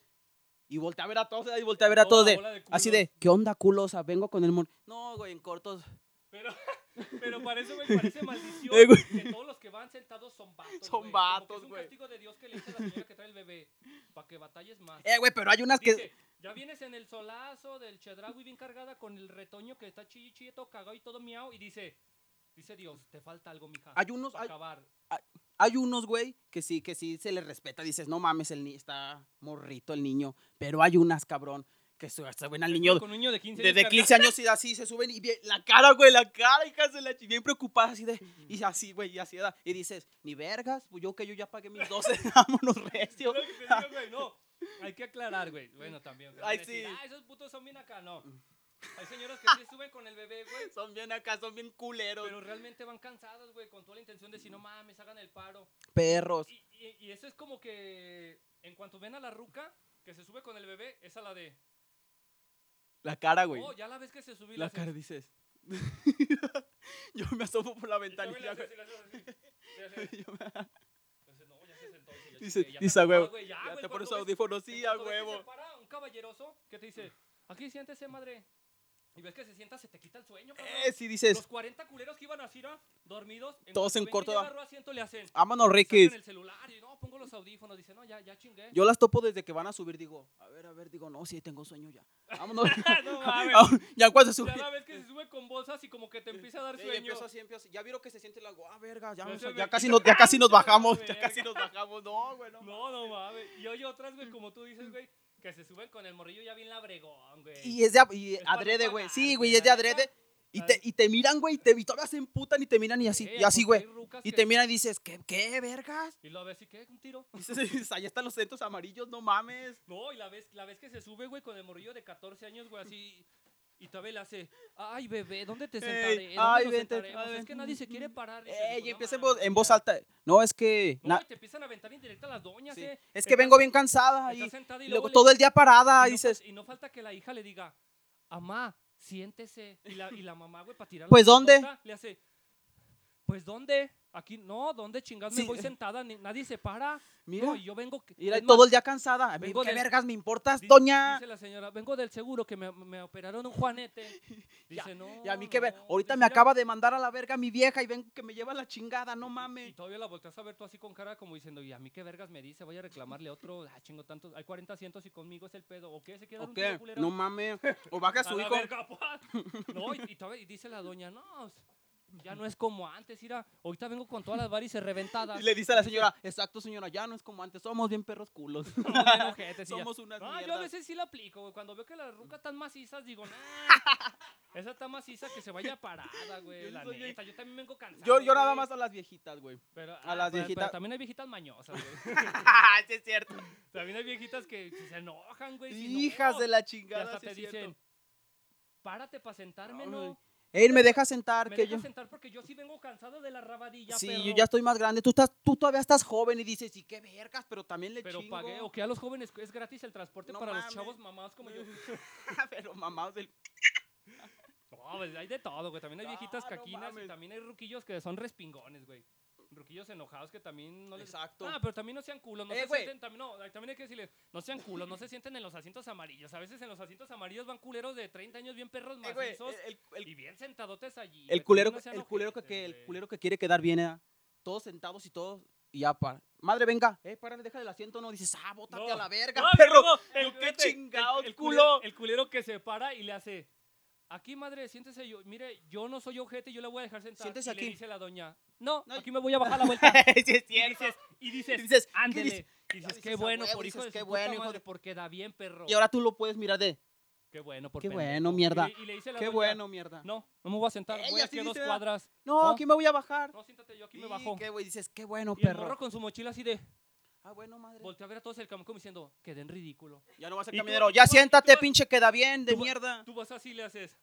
y voltea a ver a todos, y voltea a ver a Toda todos la de, bola de así culos. de, ¿qué onda, culo? O sea, vengo con el mon. No, güey, en cortos. Pero, pero para eso, güey, parece maldición. Eh, güey. Que todos los que van sentados son vatos. güey. Son Como que vatos, Es un güey. castigo de Dios que le dice a la señora que trae el bebé. Para que batalles más. Eh, güey, pero hay unas que... Dice, ya vienes en el solazo del chedragui bien cargada con el retoño que está chilli chilli, todo cagado y todo miau. Y dice, dice Dios, te falta algo, mija. Hay unos, para hay, acabar. hay unos, güey, que sí, que sí se les respeta. Dices, no mames, el ni está morrito el niño. Pero hay unas, cabrón, que se suben al niño Con un niño de 15 desde años 15 años y así se suben y bien- la cara, güey, la cara, hijas de la chi- bien preocupada así de, y así, güey, y así, da, y dices, ni vergas, pues yo que yo ya pagué mis 12, vámonos recio. cargado. Es lo que te digo, güey, no. Hay que aclarar, güey. Bueno, también. Ay, van a decir, sí. Mm. "Ah, esos putos son bien acá. No. Hay señoras que sí suben con el bebé, güey. Son bien acá, son bien culeros. Pero realmente van cansados, güey, con toda la intención de si no mames, hagan el paro. Perros. Y, y- y eso es como que en cuanto ven a la ruca que se sube con el bebé, es a la de. La cara, güey. Oh, ya la ves que se subió y la haces- cara dices. yo me asomo por la y todavía le ventanilla, haces güey. y le haces así, le haces- Yo me- Dices, "No, ya se sentó", dice, "Ya Dice- llegué, ya dice, me "A huevo". acostó, güey, ya, Ya güey, te pones cuando ves- audífonos, en sí, a cuanto ves que huevo. Se para un caballeroso que te dice, aquí siéntese, madre. Y ves que se sienta, se te quita el sueño, cabrón. Eh, sí dices, Los 40 culeros que iban a Cira, dormidos. Todos cuanto ven en que corto, Ah, ya da- agarró asiento, le hacen. vámonos, Ricky. sacan el celular y no, pongo los audífonos. Dice, no, ya, ya chingué. Yo las topo desde que van a subir, digo, a ver, a ver, digo, no, sí, tengo sueño ya. Ah, Vámonos. no mames. ya cuando subí. Ya la vez que se sube con bolsas y como que te empieza a dar Sí, sueño. empiezo así, empiezo así. Ya vieron que se siente el agua. Ah, verga, ya, No vamos se a- me ya casi quita. nos, ya casi nos Se me bajamos. Ya verga. casi nos bajamos. No, güey, no. No, no mames. Y hay otras, güey, como tú dices, güey, que se suben con el morrillo ya bien labregón, güey. Y es de a- y Es para no adrede, güey. pagar, Sí, güey, güey, es de la neta, adrede. Y la te, neta. y te miran, güey, y te y todavía se emputan y te miran y así, Eh, y así, porque güey. hay rucas Y que- te miran y dices, ¿qué, qué vergas? Y lo ves así que un tiro. Dices, "Dices, allá están los centros amarillos, no mames. No, y la vez, la vez que se sube, güey, con el morrillo de 14 años, güey, así. Y todavía le hace, ay, bebé, ¿dónde te Ey, sentaré? ¿Dónde Eh, ay, nos vente, sentaremos? ay, es que nadie se quiere parar. dice, Ey, pues, y no empieza en mames, voz, en voz ya. alta. No, es que. No, na- y te empiezan a aventar en directo a las doñas, sí. eh. Es que Estás- vengo bien cansada y, estás sentada y y luego le- todo el día parada. y no, dices, fal- y no falta que la hija le diga, mamá, siéntese. Y la, y la mamá, güey, para tirar Pues, ¿dónde? Le hace, pues ¿dónde? Aquí, no, ¿dónde chingados Sí. me voy sentada? Ni- nadie se para. mira, No, y yo vengo. que- mira, es todo más, el día cansada. A mí, vengo ¿Qué del- vergas me importas, di- doña? Dice la señora, vengo del seguro que me, me operaron un juanete. Dice, no. Y a mí que ver, no, ahorita pues, mira, me acaba de mandar a la verga mi vieja y ven que me lleva la chingada, no Y mames. todavía la volteas a ver tú así con cara como diciendo, y a mí qué vergas me dice, voy a reclamarle otro, ah, chingo tantos, hay 40 asientos y conmigo es el pedo, o qué, se quiere dar ¿O un tiro, qué? culero? No mames. O baja a A su la pues. hijo. verga, pa. No, y, y todavía- y dice la doña, no, s- Ya no es como antes, mira. Ahorita vengo con todas las varices reventadas. Y le dice a la señora, exacto señora, ya no es como antes, somos bien perros culos. Somos bien ojetes y ya. somos unas No, mierdas. yo a veces sí la aplico, güey. Cuando veo que las rucas están macizas, digo, nah. Esa está maciza que se vaya parada, güey. Yo la soy bien- neta, yo también vengo cansado. Yo, yo nada güey. más a las viejitas, güey. Pero, ah, a las pero- pero viejitas- también hay viejitas mañosas, güey. sí, es cierto. También hay viejitas que se enojan, güey. si no, Hijas de la y hasta chingada, sí, te es cierto. dicen, párate para sentarme, Ay, ¿no? Ey, me deja sentar, Me que dejas yo... sentar porque yo sí vengo cansado de la rabadilla, sí, perro. yo ya estoy más grande. Tú, estás, tú todavía estás joven y dices, sí, qué vergas, pero también le Pero chingo. pagué, o que a los jóvenes es gratis el transporte No para mames. los chavos mamados como yo. pero mamados del... No, pues, hay de todo, güey. También hay viejitas Ah, no caquinas y mames. también hay ruquillos que son respingones, güey. Ruquillos enojados que también no les... Exacto. Ah, pero también no sean culos, no Eh, se güey. sienten, también, no, también hay que decirles, no sean culos, no se sienten en los asientos amarillos. A veces en los asientos amarillos van culeros de 30 años bien perros Eh, güey, macizos el- el- y bien sentadotes allí. El güey, culero, también no sean el culero que, ojetes, que- el güey. culero que quiere quedar bien, ¿eh? todos sentados y todos, y ya para. Madre, venga, eh, párale, deja el asiento, no dices, ah, bótate No. a la verga, No, perro. no, no, yo qué fíjate, chingado, el culo. culero- El culero que se para y le hace, aquí madre, siéntese yo, mire, yo no soy ojete, yo la voy a dejar sentar. Siéntese y aquí. le dice la doña, no, No, aquí me voy a bajar la vuelta. sí, y es cierto. dices, y dices, Y dices, ¿qué ándele. dices? Y dices, dices, qué "A bueno, huevo", por dices, hijo de "Qué su bueno, puta hijo madre, de- porque da bien, perro. Y ahora tú lo puedes mirar de, Qué bueno, por qué pendejo". bueno, mierda. Y, le- y le dice la qué doña, bueno, mierda. No, no me voy a sentar, Ey, voy así aquí a dos dice, ¿verdad? cuadras. No, ¿no? aquí me voy a bajar. No, siéntate, yo aquí Y me bajo. qué güey, dices, qué bueno, Y el morro perro. con su mochila así de, Ah, bueno, madre. voltea a ver a todos el camacón diciendo, quedé en ridículo. Ya no vas a Y tú- caminero. y tú Ya vas- y tú siéntate, vas- pinche, queda bien, de tú vas- mierda. Tú vas así y le haces,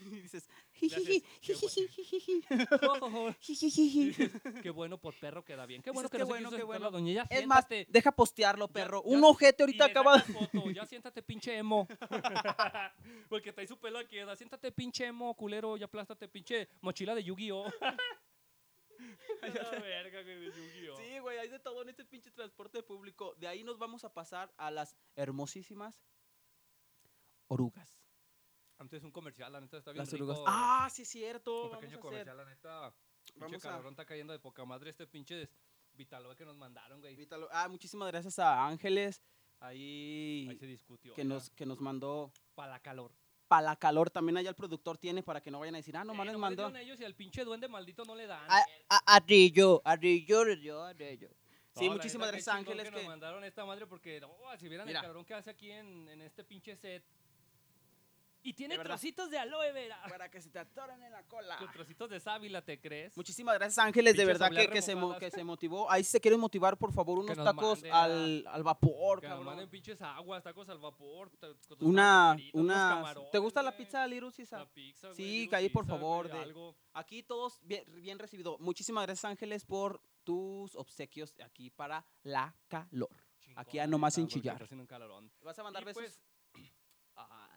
Y le dices, haces, jijiji, "Qué bueno". jijiji, jijiji, "Oh". Y jijiji. dices, qué bueno por perro queda bien. Qué Dices, bueno que "Qué no se bueno, quiso qué sentar bueno". la doña. Ya Es más, siéntate. deja postearlo, Ya- perro. ya- Un ojete Y ahorita le acaba de... sacas foto, ya siéntate, pinche emo. Porque trae su pelo aquí. ya Siéntate, pinche emo, culero. Ya aplástate, pinche mochila de Yu-Gi-Oh. La verga, güey, de Yu-Gi-Oh. Sí, güey, hay de todo en este pinche transporte público. De ahí nos vamos a pasar a las hermosísimas orugas. Antes un comercial, la neta está bien Las rico. orugas. Ah, sí, es Un cierto. Vamos pequeño a comercial, hacer. la neta. Pinche Vamos a- cabrón está cayendo de poca madre este pinche Vitaloe que nos mandaron, güey. Invítalo. Ah, muchísimas gracias a Ángeles. Ahí, Ahí se discutió. que, nos, que nos mandó Para la calor. para la calor. También allá el productor tiene para que no vayan a decir, ah, nomás Eh, les nomás le mandó. Ah, dieron a ellos y al pinche duende maldito no le dan. eh. A, a, a Rillo, a Rillo, a Rillo, a Rillo. Sí, No, la muchísimas neta, qué gracias chingón a Ángeles. Que nos Que... mandaron esta madre porque, no, si vieran Mira. el cabrón que hace aquí en, en este pinche set. Y tiene De verdad. trocitos de aloe vera. Para que se te atoren en la Con cola. trocitos de sábila, ¿te crees? Muchísimas gracias Ángeles, de Pinches verdad que, obleas que se, mo- que remojadas. se motivó. Ahí si se quieren motivar, por favor, unos nos tacos mande, al, al vapor, que nos manden cabrón. pinches aguas, tacos al vapor. ta- con tostadas Una, fritas, unos una... camarones, ¿Te gusta la güey, pizza, Little Caesar? La pizza, güey, Sí, digo, que ahí, por pizza, favor, güey, de- algo. Aquí todos bien, bien recibido. Muchísimas gracias Ángeles por tus obsequios aquí para la calor. Aquí ya Chingón, nomás neta, sin porque chillar. está haciendo un calorón. ¿Vas a mandar Y, besos? pues,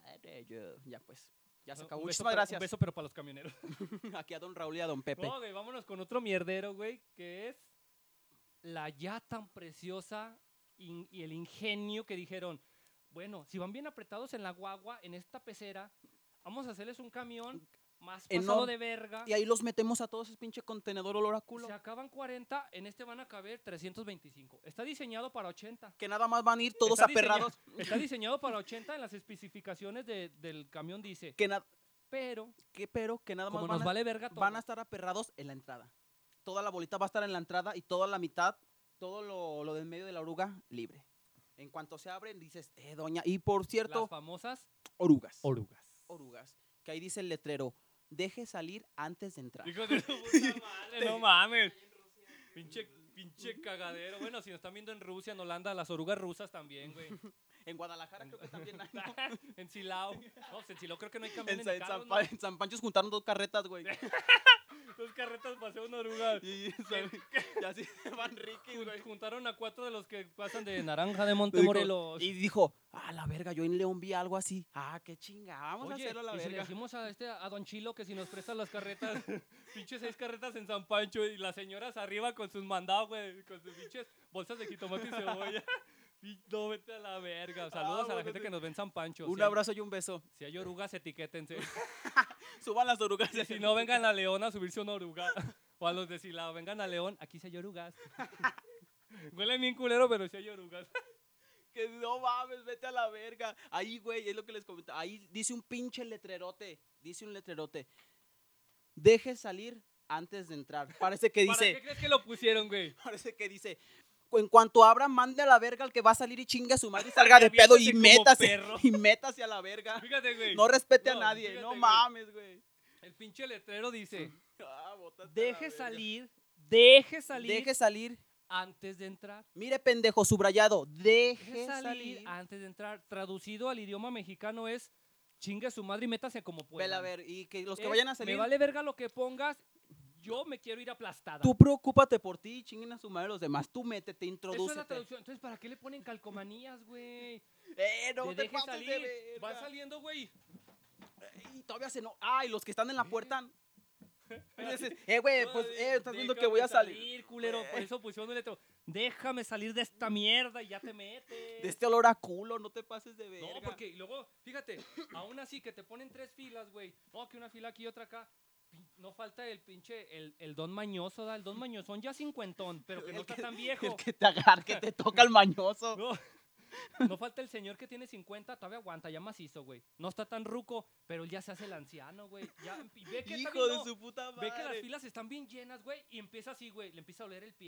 Ay, de yo- Ya pues. Ya se un acabó. beso, Muchísimas pero- Un gracias. beso, pero para los camioneros. Aquí a don Raúl y a don Pepe. No, güey, vámonos con otro mierdero, güey, que es la ya tan preciosa in- y el ingenio que dijeron, bueno, si van bien apretados en la guagua, en esta pecera, vamos a hacerles un camión más pasado Enorm- de verga. Y ahí los metemos a todos ese pinche contenedor olor a culo. Se acaban 40, en este van a caber 325. Está diseñado para 80. que nada más van a ir todos Está diseñado- aperrados. Está diseñado para 80 en las especificaciones de- del camión dice, Que nada... pero que pero que nada más como van nos a, vale verga todo. van a estar aperrados en la entrada. Toda la bolita va a estar en la entrada y toda la mitad, todo lo, lo del medio de la oruga, libre. En cuanto se abren, dices, eh, doña. Y por las cierto, famosas orugas. orugas. orugas. Que ahí dice el letrero, deje salir antes de entrar. Hijo de su puta madre, no mames. Pinche, pinche cagadero. Bueno, si nos están viendo en Rusia, en Holanda, las orugas rusas también, güey. En Guadalajara creo que también hay. ¿no? en Silao. No, pues en Silao creo que no hay camión en, en, San- en carros, San ¿no? Pa- en San Pancho juntaron dos carretas, güey. Dos carretas pasé una oruga. Y, y así se van Ricky, Jun- güey. Juntaron a cuatro de los que pasan de Naranja de Montemorelos. Y dijo, ah, la verga, yo en León vi algo así. Ah, qué chinga, vamos a Oye, hacerlo a la y si le verga. decimos a, este, a Don Chilo que si nos prestan las carretas, pinche seis carretas en San Pancho y las señoras arriba con sus mandados, güey, con sus pinches bolsas de jitomate y cebolla. Y No, vete a la verga. Saludos a la Vámonos, gente que nos ve en San Pancho. Ah, Un Si hay- abrazo y un beso. Si hay orugas, etiquétense. Suban las orugas. Y si no, vengan a León a subirse una oruga. O a los de Silao, vengan a León, aquí si hay orugas. Huele bien culero, pero si hay orugas. Que no mames, vete a la verga. Ahí, güey, es lo que les comentaba. Ahí dice un pinche letrerote. Dice un letrerote. deje salir antes de entrar. Parece que ¿Para qué dice, crees que lo pusieron, güey? parece que dice, en cuanto abra, mande a la verga al que va a salir y chingue a su madre y salga de pedo y Reviéntese como métase, perro. y métase a la verga. Fíjate, güey. No respete No, a nadie, fíjate, no güey. mames, güey. El pinche letrero dice, Ah, bótate a la deje verga. salir, deje salir Deje salir. antes de entrar. Mire, pendejo, subrayado. Deje Deje salir Ah, salir. antes de entrar. Traducido al idioma mexicano es, chingue a su madre y métase como pueda. Vela, a ver, y que los que Es, vayan a salir, Me vale verga lo que pongas, yo me quiero ir aplastada. tú preocúpate por ti y chinguen a su madre los demás. Tú métete, Eso es la introdúcete. traducción. Entonces, ¿para qué le ponen calcomanías, güey? Eh, Te no te deje pases de salir. Va verga. saliendo, güey. Y todavía se no. Ay, los que están en la puerta. Y dices, eh, güey, pues, eh, estás viendo que voy a Déjame salir. Eh. culero. Por eso pusieron el letrero. Déjame salir de esta mierda y ya te metes. De este olor a culo, no te pases de verga. No, porque y luego, fíjate, aún así que te ponen tres filas, güey. No, que una fila aquí y otra acá. Pin- No falta el pinche, el, el don mañoso, da, el don mañosón ya cincuentón, pero que no El está que- tan viejo. El que te agarra, que te toca el mañoso. No, no falta el señor que tiene 50, todavía aguanta, ya macizo, güey. No está tan ruco, pero él ya se hace el anciano, güey. Ya, y ve que está Hijo bien- de no, su puta madre. Ve que las filas están bien llenas, güey, y empieza así, güey. Le empieza a oler el pie.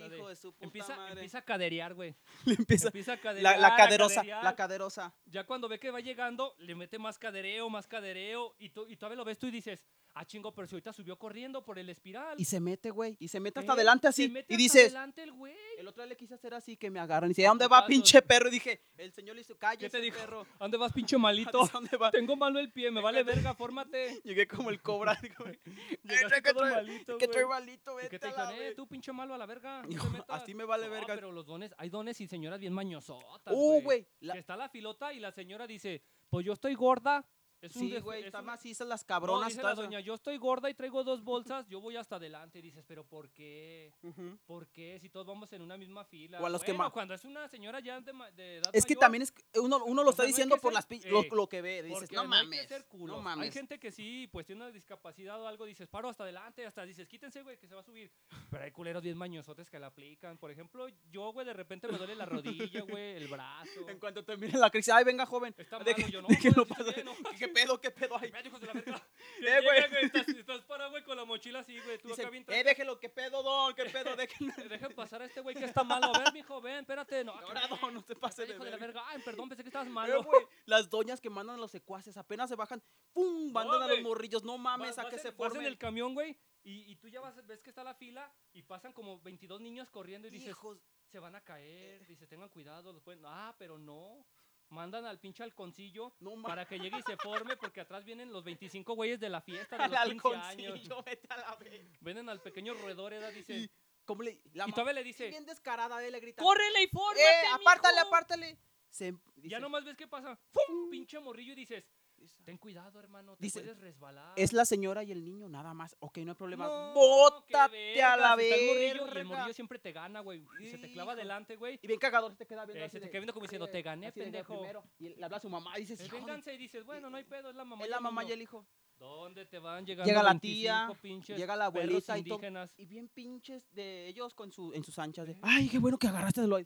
la de- Hijo de su Eh, puta empieza, madre. empieza a caderear, güey. Le empieza- Empieza a la, caderear. la a caderosa, caderear. la caderosa. Ya cuando ve que va llegando, le mete más cadereo, más cadereo. Y, tú, y todavía lo ves tú y dices, ah, chingo, pero si ahorita subió corriendo por el espiral. Y se mete, güey. Y se mete hasta Eh, adelante se así. mete Y hasta dices, adelante el güey. el otro día le quise hacer así que me agarran. Y dice, ¿a dónde Putazos. va, pinche perro? Y dije, el señor le hizo, ¿Qué cállate, te dijo? perro. ¿A ¿Dónde vas, pinche malito? ¿A dónde va? Tengo malo el pie, me vale verga, fórmate. Llegué como el cobra. digo, "Eh, Llegaste que todo trae- malito, que güey. trae malito, Y que vete te a la dijeron, eh, ver-". tú pinche malo a la verga. no te Hijo, metas". así me vale No, verga. Pero los dones, hay dones y señoras bien mañosotas. Uh, güey. la- Que está la filota y la señora dice, pues yo estoy gorda. Es un Sí, des- güey, es están un- macizas las No, cabronas. dice y la todo eso. doña, yo estoy gorda y traigo dos bolsas, yo voy hasta adelante. Y dices, pero ¿por qué? Ujú. ¿Por qué? Si todos vamos en una misma fila. O a los que Bueno, ma- cuando es una señora ya de, ma- de edad Es que mayor, también es, que uno, uno O lo sea, está no hay diciendo que por ser- las pi- Ey, lo, lo que ve. Dices, porque no Hay, que mames. ser culos. no Hay mames. gente que sí, pues tiene una discapacidad o algo, dices, paro hasta adelante, hasta dices, quítense, güey, que se va a subir. Pero hay culeros bien mañosotes que la aplican. Por ejemplo, yo, güey, de repente me duele la rodilla, güey, el brazo. En cuanto termine la crisis, ay, venga, joven. Está de- malo, yo no, de que joven, no sí está pasa- bien, no. ¿Qué pedo, qué pedo hay? Vete, hijos de la verga. Eh, Llega, güey. güey, Estás, estás parado, güey, con la mochila así, güey, tú Dicen, acá bien eh, déjelo, qué pedo, don, qué pedo, déjenme. Dejen pasar a este güey que está malo. A ver, mijo, ven, espérate. No, Ahora, don, no te pasa pases de hijo de la verga. verga. Ay, perdón, pensé que estabas Pero, malo. Eh, güey, las doñas que mandan a los secuaces apenas se bajan, ¡pum! Mandan a los güey. morrillos, no mames, Vas- a vas que en- se vas en formen. el camión, güey, y, y tú ya vas, ves que está la fila y pasan como 22 niños corriendo y dices, Hijos, se van a caer, dice, tengan cuidado, los pueden... Ah, pero no. Mandan al pinche halconcillo no mames. para que llegue y se forme porque atrás vienen los 25 güeyes de la fiesta de Al los 15 años. halconcillo, vete a la verga. Vienen al pequeño roedor, edad, dice... Y- ¿Cómo le, la Y ma- todavía le sí, dice, bien descarada, eh, le grita. ¡córrele y fórmate, ¡Eh, apártale, mijo". apártale! Se, em, Ya dice, nomás ves qué pasa. ¡Fum! Pinche morrillo y dices, dice, ten cuidado, hermano, te Dice, puedes resbalar. Es la señora y el niño, nada más. Ok, no hay problema. No, ¡Bótate qué a la vergas, está el morrillo y el verga! morrillo siempre te gana, güey. Y se te clava Hijo. adelante, güey. Y bien cagador, te queda viendo. Eh, así se te de- queda viendo como diciendo, eh, te gané, así de, "Ve pendejo". "Pues primero. Y le habla a su mamá y dices, Es "Hijo de- venganza y dices, bueno, no hay pedo, es la mamá. es y la el mamá y niño". el hijo. ¿Dónde te van llegando Llega la 25 tía, pinches Llega la perros abuelita y todo. indígenas? Y bien pinches de ellos con su, en sus anchas de, Eh. ay, qué bueno que agarraste lo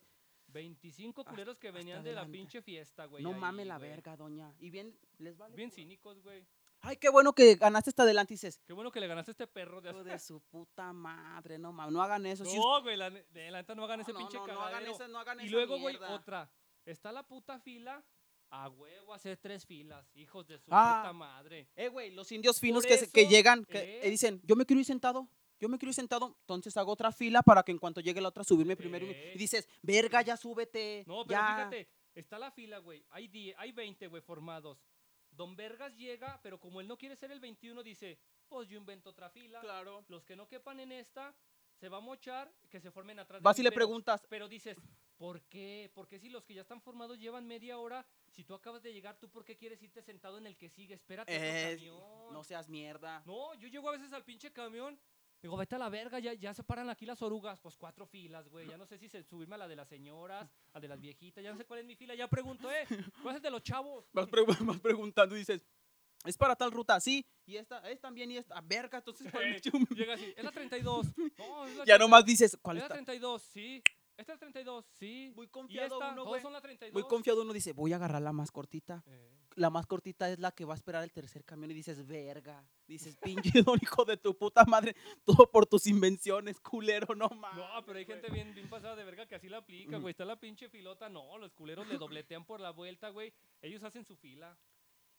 25 Hasta- culeros que venían hasta de la adelante. pinche fiesta, güey. ahí, No mames la güey. verga, doña. Y bien, les vale. Bien pura- cínicos, güey. Ay, qué bueno que ganaste hasta adelante y dices, Qué bueno que le ganaste a este perro de hijo de su puta madre, no mames, no hagan eso. Si us- No, güey, la, ne- de la neta no hagan ese no, pinche no, no, hagan cagadero. esa, no hagan Y esa luego, güey, mierda. otra. Está la puta fila. A huevo hacer tres filas, hijos de su Ah. puta madre. Eh, güey, los indios finos Por que, se- que eso, llegan, que eh. eh, dicen, yo me quiero ir sentado, yo me quiero ir sentado, entonces hago otra fila para que en cuanto llegue la otra subirme primero. y me- Eh. Y dices, verga, ya súbete. No, pero ya". fíjate, está la fila, güey. Hay, die- hay 20, güey, formados. Don Vergas llega, pero como él no quiere ser el 21, dice, pues yo invento otra fila. Claro. Los que no quepan en esta, se va a mochar, que se formen atrás. de Vas mí", y le pero- preguntas, Pero dices, ¿por qué? ¿Por qué si los que ya están formados llevan media hora? Si tú acabas de llegar, ¿tú por qué quieres irte sentado en el que sigue? Espérate otro "Eh, camión". no seas mierda. No, yo llego a veces al pinche camión. Digo, vete a la verga, ya, ya se paran aquí las orugas. Pues cuatro filas, güey. Ya no sé si se- subirme a la de las señoras, a de las viejitas. Ya no sé cuál es mi fila. Ya pregunto, ¿eh? ¿Cuál es el de los chavos? Vas, pre- vas preguntando y dices, es para tal ruta, sí, y esta, es también, y esta, "Ah, verga, entonces ¿cuál me Eh, chum-?" Llega así, es la 32. No, es la Ya 30. nomás dices, ¿cuál Es la está? 32, sí. Esta es 32, sí. Muy Y confiado esta, uno, todos güey. son la 32. Muy confiado uno dice, voy a agarrar la más cortita. Eh, La más cortita es la que va a esperar el tercer camión y dices, verga. Dices, pinche don hijo de tu puta madre. Todo por tus invenciones, culero, no mames. No, pero hay güey". gente bien, bien pasada de verga que así la aplica, Ujú. güey. Está la pinche filota. No, los culeros le dobletean por la vuelta, güey. Ellos hacen su fila.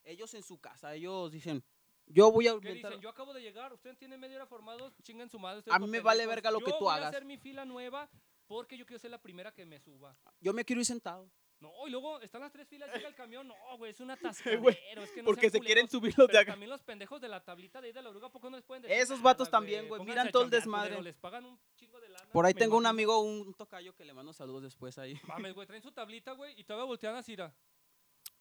Ellos en su casa, ellos dicen, yo voy a ¿Qué inventar. dicen? Yo acabo de llegar. Ustedes tienen media hora formados. Chingan su madre. A mí me vale verga lo que tú Yo voy a hagas. hacer mi fila nueva porque yo quiero ser la primera que me suba. Yo me quiero ir sentado. No, y luego están las tres filas, llega el camión. No, güey, es un Eh, atascadero. güey, es que no Porque sean se quieren culeros. subir los de Pero acá. también los pendejos de la tablita de ahí de la oruga, ¿a poco no les pueden decir? Esos nada, vatos también, güey, Pónganse miran a todo el chambear, desmadre. culero, Les pagan un chingo de lana. Por ahí me tengo un imagino. amigo, un tocayo que le mando saludos después ahí. Mames, güey, traen su tablita, güey, y todavía voltean así, Cira.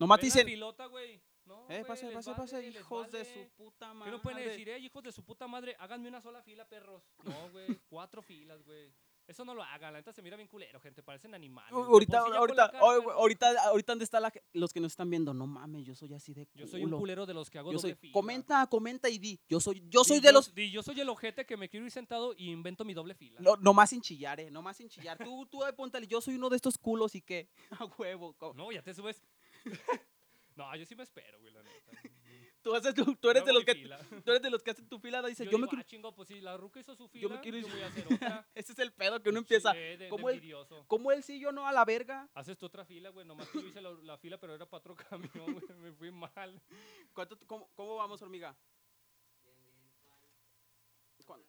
Nomás te dicen, pilota, güey. No, eh, güey, pase, les pase, vale, pase, les hijos de vale. su puta ¿Qué madre. no pueden decir, eh, hijos de su puta madre? Háganme una sola fila, perros. No, güey, cuatro filas, güey. Eso no lo hagan, la neta se mira bien culero, gente, parecen animales. Uy, güey. Ahorita, Por si ya con la ahorita, cara, oh, güey, güey, ahorita, ahorita, ¿dónde están los que nos están viendo? No mames, yo soy así de culo. Yo soy un culero de los que hago Yo doble soy- fila. comenta, comenta y di. Yo soy, yo Di, soy de los, di, yo soy el ojete que me quiero ir sentado y invento mi doble fila. no, nomás sin chillar, eh, nomás sin chillar. Tú, tú, eh, póntale, yo soy uno de estos culos y qué, a huevo. co- No, ya te subes. no, yo sí me espero, güey, la neta. Tú, haces, tu- tú eres Yo de hago los mi que, fila. tú eres de los que hacen tu fila, dices, yo, yo digo, me quiero, ah, chingo, pues si la ruca hizo su fila, yo yo, me quiero ir- voy a hacer otra. ese es el pedo que uno Sí, empieza. de- de ¿Cómo el- envidioso. ¿Cómo él sí, yo no, a la verga? Haces tu otra fila, güey, nomás que yo hice la, la fila, pero era para otro camión, güey, me fui mal. ¿Cuánto- cómo, cómo vamos, hormiga? ¿Cuán-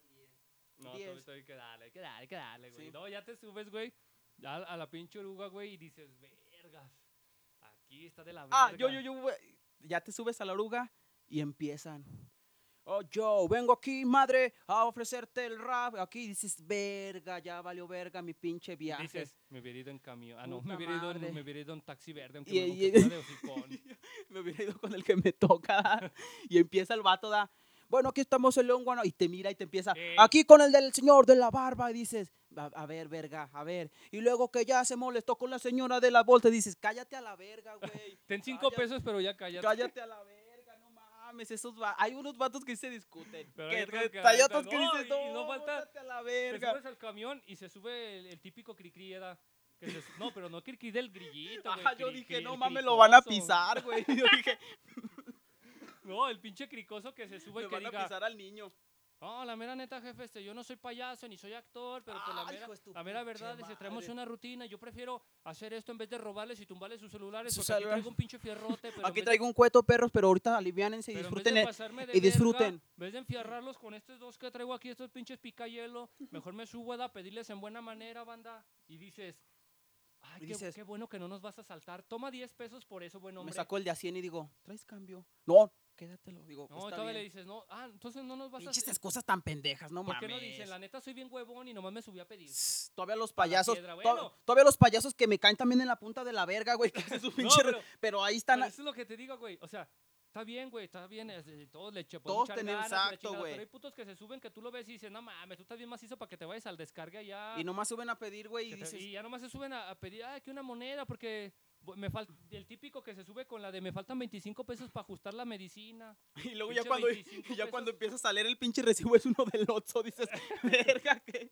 No, Diez. todavía- todavía hay que darle, hay que darle, hay que darle, güey. Sí. No, ya te subes, güey, a, a la pinche oruga, güey, y dices, vergas, aquí está de la verga. Ah, yo, yo, yo, güey. Ya te subes a la oruga y empiezan. Oh, yo vengo aquí, madre, a ofrecerte el rap. Aquí dices, verga, ya valió verga mi pinche viaje. Dices, me hubiera ido en camión. Ah, no, Puta me hubiera, ido madre. en, me hubiera ido en taxi verde, aunque Y- me y- aunque fuera de hocicón. Me hubiera ido con el que me toca. da. y empieza el vato, da. Bueno, aquí estamos el león, guano. Y te mira y te empieza. Ey. Aquí con el del señor de la barba. Y dices, a, a ver, verga, a ver. Y luego que ya se molestó con la señora de la bolsa. Dices, cállate a la verga, güey. Ten cinco Cállate. pesos, pero ya cállate. Cállate a la verga, no mames. Esos va- hay unos vatos que sí se discuten. Pero que hay otros que la hay neta, otros que no, y- dicen, y no, no falta- bótate a la Te verga. subes al camión y se sube el, el típico cri-cri, era, que se su- no, pero no cri-cri del grillito, güey, Ajá, Ah, yo cri-cri, dije, no el mames, lo van a cricoso". pisar, güey. Yo dije, No, el pinche cricoso que se sube me y que van a diga, pisar al niño. No, la mera neta, jefe, este, yo no soy payaso ni soy actor, pero pues la Ah, mera, hijo de tu la mera pinche verdad es que traemos madre. una rutina. Yo prefiero hacer esto en vez de robarles y tumbarles sus celulares, Sus porque aquí celulares. traigo un pinche fierrote. Pero Aquí en vez de- traigo un cueto, perros, pero ahorita aliviánense y pero en vez disfruten. de el- pasarme de y disfruten. verga, en vez de enfiarrarlos con estos dos que traigo aquí, estos pinches picayelo, mejor me subo a pedirles en buena manera, banda. Y dices, ay, Y qué, dices- qué bueno que no nos vas a saltar. Toma 10 pesos por eso, buen me hombre. sacó el de a 100 y digo, ¿traes cambio? No, quédatelo. Digo, no, y está todavía le bien. dices, no, ah, entonces no nos vas Pinches a... esas cosas tan pendejas, no ¿Por mames. qué no dicen? La neta, soy bien huevón y nomás me subí a pedir. Sss, Todavía los payasos, piedra, to- bueno. todavía los payasos que me caen también en la punta de la verga, güey, que hacen su pinche... pero- pero, ahí están, Pero eso es lo que te digo, güey. O sea, está bien, güey. Está bien. es- eh, Todos le eche- podemos Todos echar tenemos- ganas y la exacto, chingada, güey. Pero hay putos que se suben que tú lo ves y dices, no mames, tú estás bien macizo para que te vayas al descargue allá. Y nomás suben a pedir, güey, y que te- dices, y ya nomás se suben a, a pedir, ah, que una moneda, porque bo- me falta el típico que se sube con la de me faltan 25 pesos para ajustar la medicina. y luego ya pinche cuando, 25 ya cuando pesos. empieza a salir el pinche recibo es uno del Oxxo, dices, verga, que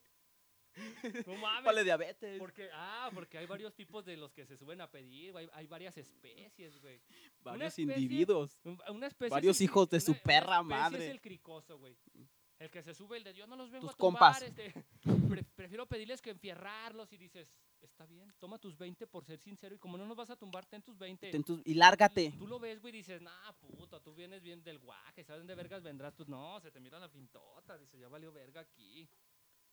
No vale mames. diabetes. Porque, ah, porque hay varios tipos de los que se suben a pedir, güey, Hay varias especies, güey. Varios especie- individuos. Un- Una especie Varios es el cri- hijos de su una- una perra especie madre. Mm. Es el cricoso, güey. El que se sube, el de Dios no los vengo Tus a tumbar, compas. este, pre- prefiero pedirles que enfierrarlos y dices, está bien, toma tus 20 por ser sincero y como no nos vas a tumbar, ten tus 20. Ten Y tus- y lárgate. Tú lo ves, güey, y dices, nah, puto, tú vienes bien del guaje, ¿sabes dónde vergas vendrás? Tú, no, se te mira la pintota, dice, ya valió verga aquí.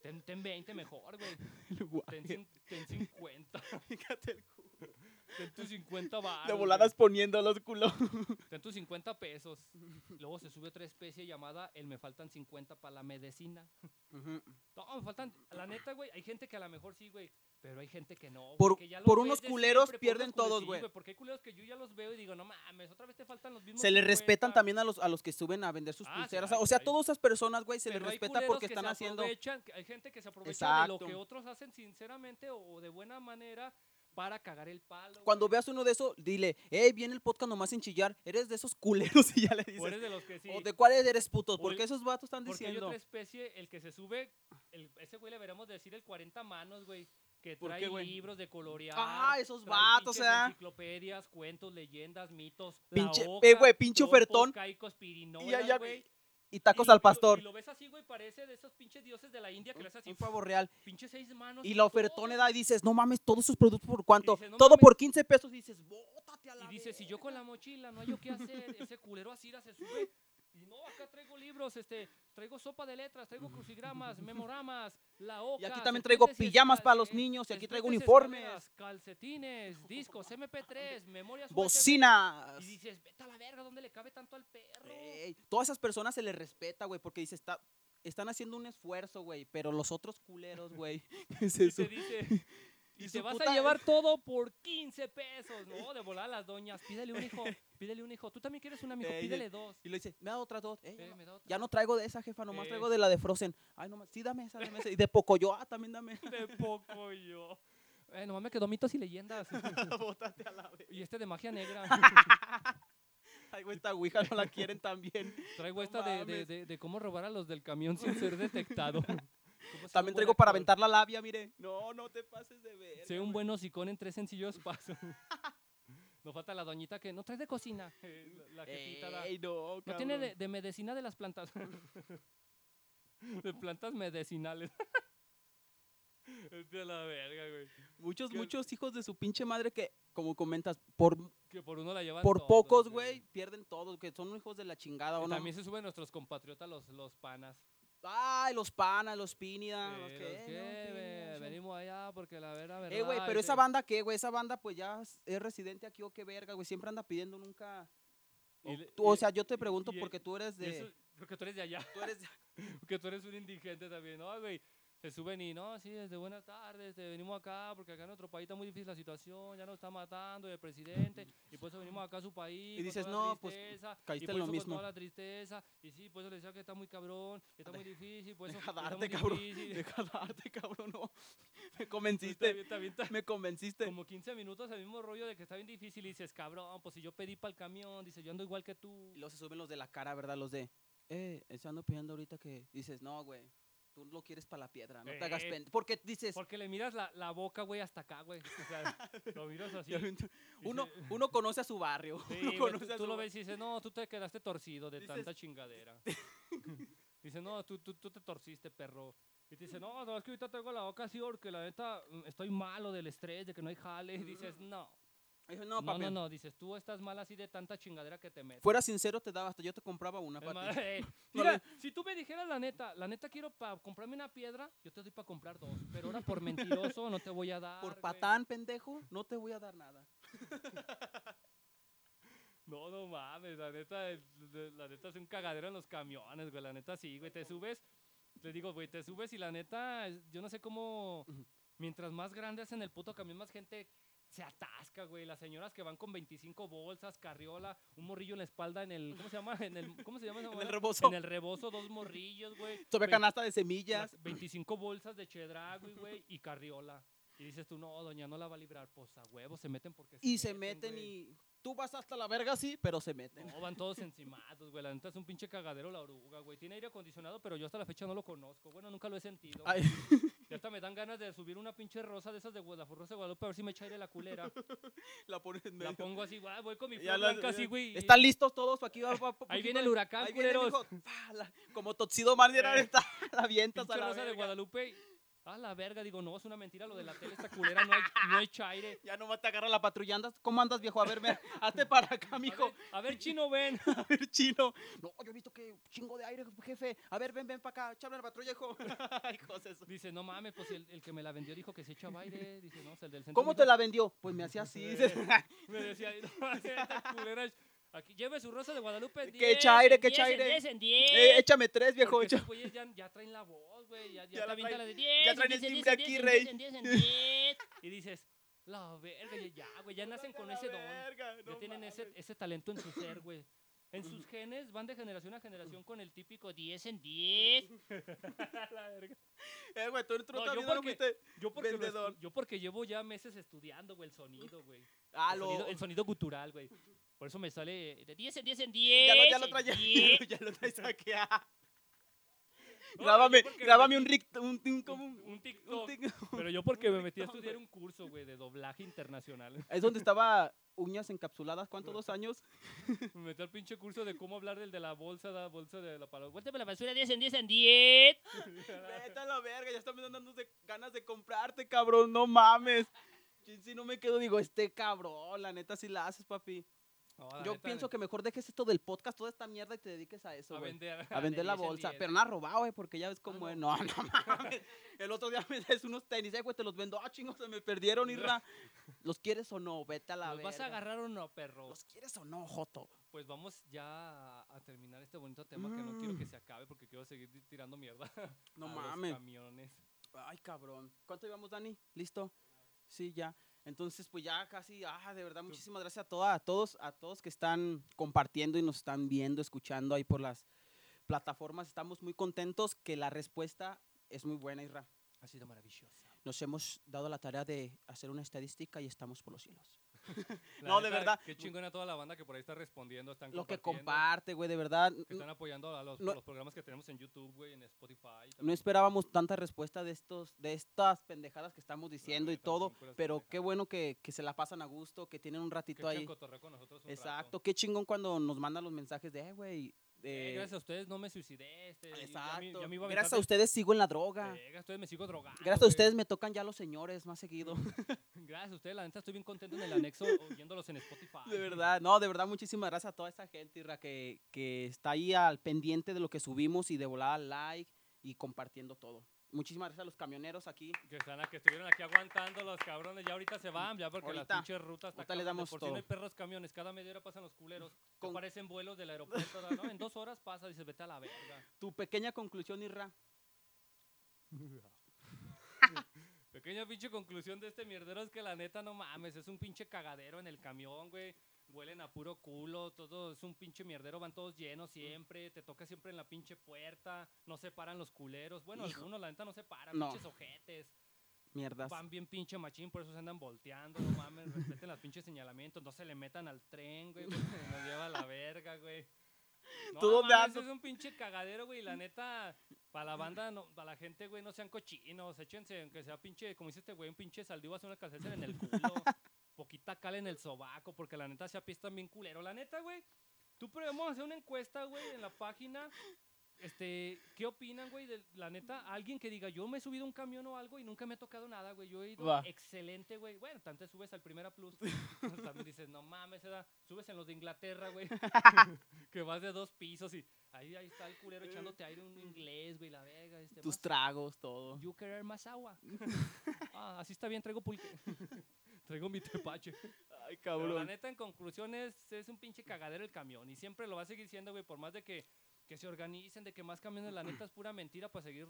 Ten, ten 20 mejor, güey. Ten, Guaje, cin- ten 50. fíjate el cu- Ten tus 50 baros. De voladas poniendo los culos. Ten tus 50 pesos. Luego se sube otra especie llamada el me faltan 50 para la medicina. No, me faltan. La neta, güey, hay gente que a lo mejor sí, güey. Pero hay gente que no. güey, Por- que ya lo por ves unos de culeros por unos pierden culeros, todos, sí, güey. Porque hay culeros que yo ya los veo y digo, no mames, otra vez te faltan los mismos. Se les 50". respetan también a los, a los que suben a vender sus Ah, sí, pulseras. hay- o sea, hay. todas esas personas, güey, se les Pero hay respeta culeros porque que están se haciendo. aprovechan, que hay gente que se aprovecha de lo Exacto. que otros hacen sinceramente o, o de buena manera para cagar el palo. Cuando güey. veas uno de esos, dile, hey, viene el podcast nomás sin chillar. Eres de esos culeros y ya le dices. O eres de los que sí. ¿O de cuáles eres puto? O Porque el- esos vatos están Porque hay diciendo. otra especie, el que se sube, el- ese güey le veremos decir el 40 manos, güey. que ¿Por trae qué, güey? libros de colorear. Ah, esos trae vatos, pinches ¿eh? Enciclopedias, cuentos, leyendas, mitos. la Pinche- hoja, eh, güey, pinche topos, ofertón. Caicos, pirinolas, Y allá- güey. Y Y tacos lo- al y lo- pastor. Y lo ves así, güey, parece de esos pinches dioses de la India que Un, lo haces así. un pavo real. Pinche seis manos. Y la ofertona da y dices, no mames, todos sus productos por cuánto. dices, "No Todo mames". por 15 pesos. Y dices, bótate a la Y dice, si yo verga". con la mochila no hay yo qué hacer, ese culero así se sube. Y no, acá traigo libros, este, traigo sopa de letras, traigo crucigramas, memoramas, la hoja. Y aquí también traigo serpientes y pijamas para los escal- niños. Y aquí traigo serpientes, uniformes. escaleras, Calcetines, discos, MP3, memorias. USB. Bocinas. Y dices, vete a la verga, ¿dónde le cabe tanto al perro? Ey, todas esas personas se les respeta, güey, porque dice, está, están haciendo un esfuerzo, güey, pero los otros culeros, güey, ¿qué es Y eso? te dice, Y y, su te vas a puta- llevar todo por 15 pesos, ¿no? De volar a las doñas. Pídele un hijo, pídele un hijo. Tú también quieres un amigo, Ey, ey. pídele dos. Eh, Y le dice, me da otras dos. "Eh, ya, Eh, no, me da otra. ya no traigo de esa, jefa, nomás Eh. traigo de la de Frozen. Ay, nomás, sí, dame esa, dame esa. Y de Pocoyo, ah, también dame. De poco yo. Eh, nomás me quedó mitos y leyendas. Bótate a la vez. y este de magia negra. Ay, güey, esta ouija no la quieren también. Traigo No esta de, de, mames. de, de cómo robar a los del camión sin ser detectado. Cómo ser También un buen traigo para actor. aventar la labia, mire. No, no te pases de ver. Sé un buen hocicón en tres sencillos pasos. Nos falta la doñita que no trae de cocina. Eh, La, la jefita da- Ey, no, No tiene de, cabrón. de medicina de las plantas. de plantas medicinales. es de la verga, güey. Muchos, que- muchos hijos de su pinche madre que, como comentas, por, Que por uno la llevan por todos, pocos, güey, pierden todo, que son hijos de la chingada, Que ¿o no? También se suben nuestros compatriotas, los, los panas. Ay, los panas, los pinida. los Eh, que, los Ah, no, que pinida, ve- son- venimos allá porque la vera, verdad. Eh, güey, pero es esa que- banda, ¿qué, güey? Esa banda, pues ya es- es residente aquí, o qué verga, güey. Siempre anda pidiendo nunca. O, y le- tú- o y- sea, yo te y- pregunto y el- porque tú eres y eso- de. porque tú eres de allá, Tú eres de- porque tú eres un indigente también, ¿no, güey? Se suben y no, sí, desde buenas tardes, este, venimos acá porque acá en nuestro país está muy difícil la situación, ya nos está matando el presidente y por eso venimos acá a su país. con dices, toda la "No, pues, tristeza, caíste y en por lo eso con mismo". toda la tristeza, y sí, por eso le decía que está muy cabrón, está muy difícil, por eso. Deja está muy darte, cabrón. difícil". Deja darte, cabrón, no. Me Está bien, convenciste. está bien, está- Me convenciste. como 15 minutos el mismo rollo de que está bien difícil y dices, cabrón, pues si yo pedí para el camión, dice, yo ando igual que tú. Y luego se suben los de la cara, ¿verdad? Los de. Eh, estando pidiendo ahorita que. Dices, no, güey. Tú lo quieres para la piedra, no te hagas Eh. pendejo. Porque dices. Porque le miras la, la boca, güey, hasta acá, güey. O sea, lo miras así. ya lo ent- Uno, dice- uno conoce a su barrio. Sí, uno güey, conoce tú, a tú su lo barrio. ves y dices, no, tú te quedaste torcido de Dices- tanta chingadera. dice, no, tú, tú, tú te torciste, perro. Y te dice, no, no, es que ahorita tengo la boca así porque la neta mm, estoy malo del estrés, de que no hay jale. Y dices, no. Dices, No, no, no, papi. no, dices, tú estás mal así de tanta chingadera que te metes. Fuera sincero, te daba hasta yo te compraba una Es para más, ti. eh, No mira, si tú me dijeras la neta, la neta quiero para comprarme una piedra, yo te doy para comprar dos. Pero ahora por mentiroso no te voy a dar. Por güey. patán, pendejo, no te voy a dar nada. No, no mames, la neta, es- de- la neta es un cagadero en los camiones, güey. La neta sí, güey. Te subes, te digo, güey, te subes y la neta, es- yo no sé cómo, Ujú. mientras más grande es en el puto camión, más gente se atasca, güey. Las señoras que van con 25 bolsas, carriola, un morrillo en la espalda, en el, ¿cómo se llama? En el, ¿Cómo se llama esa En el madre? rebozo. En el rebozo, dos morrillos, güey. Sobre vein- canasta de las semillas. 25 bolsas de chedragui, güey, y carriola. Y dices tú, no, doña no la va a librar. Pues a huevo, se meten porque Y se meten güey. y. Tú vas hasta la verga, sí, pero se meten. No, van todos encimados, güey. La neta es un pinche cagadero la oruga, güey. Tiene aire acondicionado, pero yo hasta la fecha no lo conozco. Bueno, nunca lo he sentido. Ay, Y hasta me dan ganas de subir una pinche rosa de esas de Gua- la Rosa de Guadalupe a ver si me echa aire la culera. la pones en La medio. pongo así, güey. Voy con mi Ya flor la- blanca así, ya- güey. Están listos todos, aquí va, va- Ahí aquí viene va- el huracán, ahí viene, culeros. mijo. Pa, la- Como Totsido Mardier, Eh. ahorita la avientas a Pinche la rosa de verga. Guadalupe. A la verga, digo, no, es una mentira lo de la tele, esta culera no, hay- no echa aire. Ya nomás te agarra la patrulla. Andas, ¿Cómo andas, viejo? A ver, ven, hazte para acá, A mijo. ver, a ver, chino, ven. A ver, chino. No, yo he visto que chingo de aire, jefe. A ver, ven, ven para acá. Échame la patrulla, hijo. Hijos de su- Dice, no mames, pues el, el que me la vendió dijo que se echaba aire. Dice, no, es el del centro. ¿Cómo me dijo te la vendió? Pues me hacía así. dices. Me decía, no, esta culera es- aquí, lleve su rosa de Guadalupe. Que echa aire, que echa aire. En 10, en 10. Eh, échame tres, viejo. Porque echa- esos güeyes ya, ya traen la voz, güey. Ya, ya, Ya te la avientan traen- la de 10. ya en traen el 10, en 10, timbre aquí, en rey. 10, en 10, en 10. Y dices, la verga, ya, ya, güey, ya nacen con ese don. Verga, Ya no tienen ese, mames. ese talento en su ser, güey. En sus genes van de generación a generación con el típico 10 en 10. La verga. Eh, güey, tú en tu No, otra yo vida no porque- fuiste- Yo porque, lo Vendedor. estu- yo porque llevo ya meses estudiando, güey, el sonido, güey. Ah, El lo. sonido, el sonido gutural, güey. Por eso me sale de 10 en 10 en 10. Ya lo, ya lo en traía. 10. Ya lo traes aquí. ah. No, grábame, yo porque me grábame un, metí ric- un, un- como un- un TikTok. un tic- Pero yo porque me metí a TikTok, estudiar un curso, güey, de doblaje internacional. Es donde estaba uñas encapsuladas, ¿cuántos? ¿Dos años? Me metí al pinche curso de cómo hablar del de la bolsa, la bolsa de la palabra. Vuélteme la basura 10 en 10 en 10. Vete a la verga, ya están me están dando de- ganas de comprarte, cabrón, no mames. Sí, Si no me quedo, digo, este cabrón, la neta sí la haces, papi. No, Ah, la Yo neta, pienso que mejor dejes esto del podcast, toda esta mierda y te dediques a eso, A güey. vender, A vender la bolsa. Pero no ha robado, güey, porque Ah, ya ves cómo es. No, no mames. El otro día me des unos tenis, eh, güey, te los vendo. Ah, chingo, se me perdieron, Irra. ¿Los quieres o no? Vete a la ¿Los verga. vas a agarrar o no, perro? ¿Los quieres o no, Joto? Pues vamos ya a, a terminar este bonito tema que no quiero Mm. que se acabe porque quiero seguir di- tirando mierda. No a Ah, los mames. camiones. Ay, cabrón. ¿Cuánto llevamos, Dani? ¿Listo? Sí, ya. Entonces, pues ya casi, ah, de verdad, muchísimas gracias a, toda, a todos, a todos que están compartiendo y nos están viendo, escuchando ahí por las plataformas. Estamos muy contentos que la respuesta es muy buena, Irra. Ha sido maravillosa. Nos hemos dado la tarea de hacer una estadística y estamos por los cielos. La No, de verdad. Qué chingona toda la banda que por ahí está respondiendo, están Lo que compartiendo, comparte, güey, de verdad. Que están apoyando a los, No- los programas que tenemos en YouTube, güey, en Spotify. No también. esperábamos tanta respuesta de estos, de estas pendejadas que estamos diciendo y neta, son todo, puras pero qué pendejadas. bueno que, que se la pasan a gusto, que tienen un Que ratito echan ahí. cotorreo con nosotros un Exacto, rato. qué chingón cuando nos mandan los mensajes de, eh, güey. Eh, eh, gracias a ustedes no me suicidé. Este, yo- ya me- exacto. ya me iba a gracias a aventar ustedes sigo en de- la droga. Eh, gracias a ustedes me sigo drogando. gracias a güey. ustedes me tocan ya los señores más seguido. Gracias a ustedes, la neta estoy bien contento en el anexo oyéndolos en Spotify. De verdad, no, de verdad, muchísimas gracias a toda esa gente, Irra, que, que está ahí al pendiente de lo que subimos y de volada like y compartiendo todo. Muchísimas gracias a los camioneros aquí. Que, están, a- que estuvieron aquí aguantando los cabrones. Ya ahorita se van, ya porque Ahorita. las pinches rutas Ahorita les acaban de damos por si no todo. hay perros camiones. Cada media hora pasan los culeros. Con- Con... Aparecen vuelos del aeropuerto. ¿no? En dos horas pasa, dices, vete a la verga. Tu pequeña conclusión, Irra. Pequeña pinche conclusión de este mierdero es que la neta no mames, es un pinche cagadero en el camión, güey. Huelen a puro culo, todo es un pinche mierdero, van todos Mm. llenos siempre, te toca siempre en la pinche puerta, no se paran los culeros. Bueno, Hijo. algunos la neta no se paran, No. pinches ojetes. Mierdas. Van bien pinche machín, por eso se andan volteando, no mames, respeten los pinches señalamientos, no se le metan al tren, güey, porque nos lleva a la verga, güey. No, ¿Tú dónde mames, andas? Es un pinche cagadero, güey, la neta, para la banda, no, para la gente, güey, no sean cochinos, échense, aunque sea pinche, como dice este güey, un pinche saldivas, una calceser en el culo, poquita cal en el sobaco, porque la neta se apiestan bien culero, la neta, güey. Tú, pero vamos a hacer una encuesta, güey, en la página. Este, ¿qué opinan, güey? De la neta, alguien que diga, yo me he subido a un camión o algo y nunca me ha tocado nada, güey. Yo he ido Va. excelente, güey. Bueno, tanto te subes al Primera Plus. También dices, no mames, edad. Subes en los de Inglaterra, güey. que vas de dos pisos y ahí, ahí está el culero echándote aire un inglés, güey, la verga. Este, Tus más, tragos, todo. you querer más agua. ah, así está bien, traigo pulque. traigo mi tepache. Ay, Pero la cabrón. neta, en conclusión, es, es un pinche cagadero el camión. Y siempre lo va a seguir siendo, güey, por más de que, que se organicen, de que más camiones, la neta es pura mentira para seguir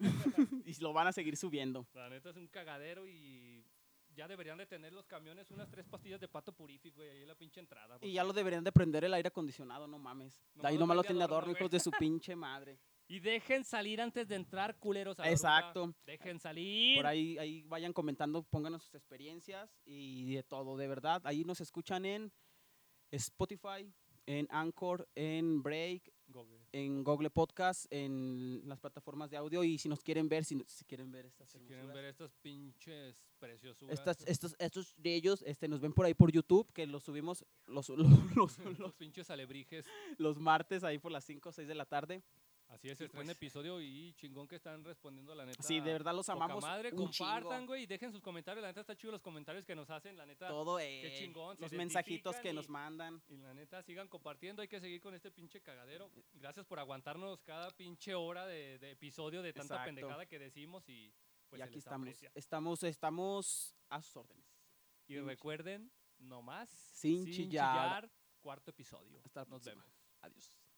robándonos. Y lo van a seguir subiendo. La neta es un cagadero y ya deberían de tener los camiones unas tres pastillas de pato purífico, güey, ahí en la pinche entrada. Y porque- ya lo deberían de prender el aire acondicionado, no mames. De Nomás ahí lo nomás lo prende tiene adorno, adorno, güey. hijos de su pinche madre. Y dejen salir antes de entrar, culeros. a la Exacto. ruta. Dejen salir. Por ahí, ahí vayan comentando, pónganos sus experiencias y de todo, de verdad. Ahí nos escuchan en Spotify, en Anchor, en Break, Google. en Google Podcast, en las plataformas de audio. Y si nos quieren ver, si, no- si quieren ver estas Si quieren hermosuras, ver estas pinches preciosuras. estas, estos, estos de ellos este, nos ven por ahí por YouTube, que los subimos los, los, los, los pinches alebrijes. los martes ahí por las 5 o 6 de la tarde. Así es, Y estrena pues- episodio y chingón que están respondiendo, la neta. Sí, de verdad los poca amamos. madre, un compartan, chingo. güey, y dejen sus comentarios. La neta está chido los comentarios que nos hacen, la neta. Todo, eh, chingón, se los mensajitos que identifican nos y- mandan. Y la neta, sigan compartiendo, hay que seguir con este pinche cagadero. Gracias por aguantarnos cada pinche hora de, de episodio de tanta Exacto. pendejada que decimos y pues se y aquí les estamos. aprecia. Estamos, estamos a sus órdenes. Y recuerden, nomás Sin chillar. cuarto episodio. Hasta la Nos próxima. vemos. Adiós.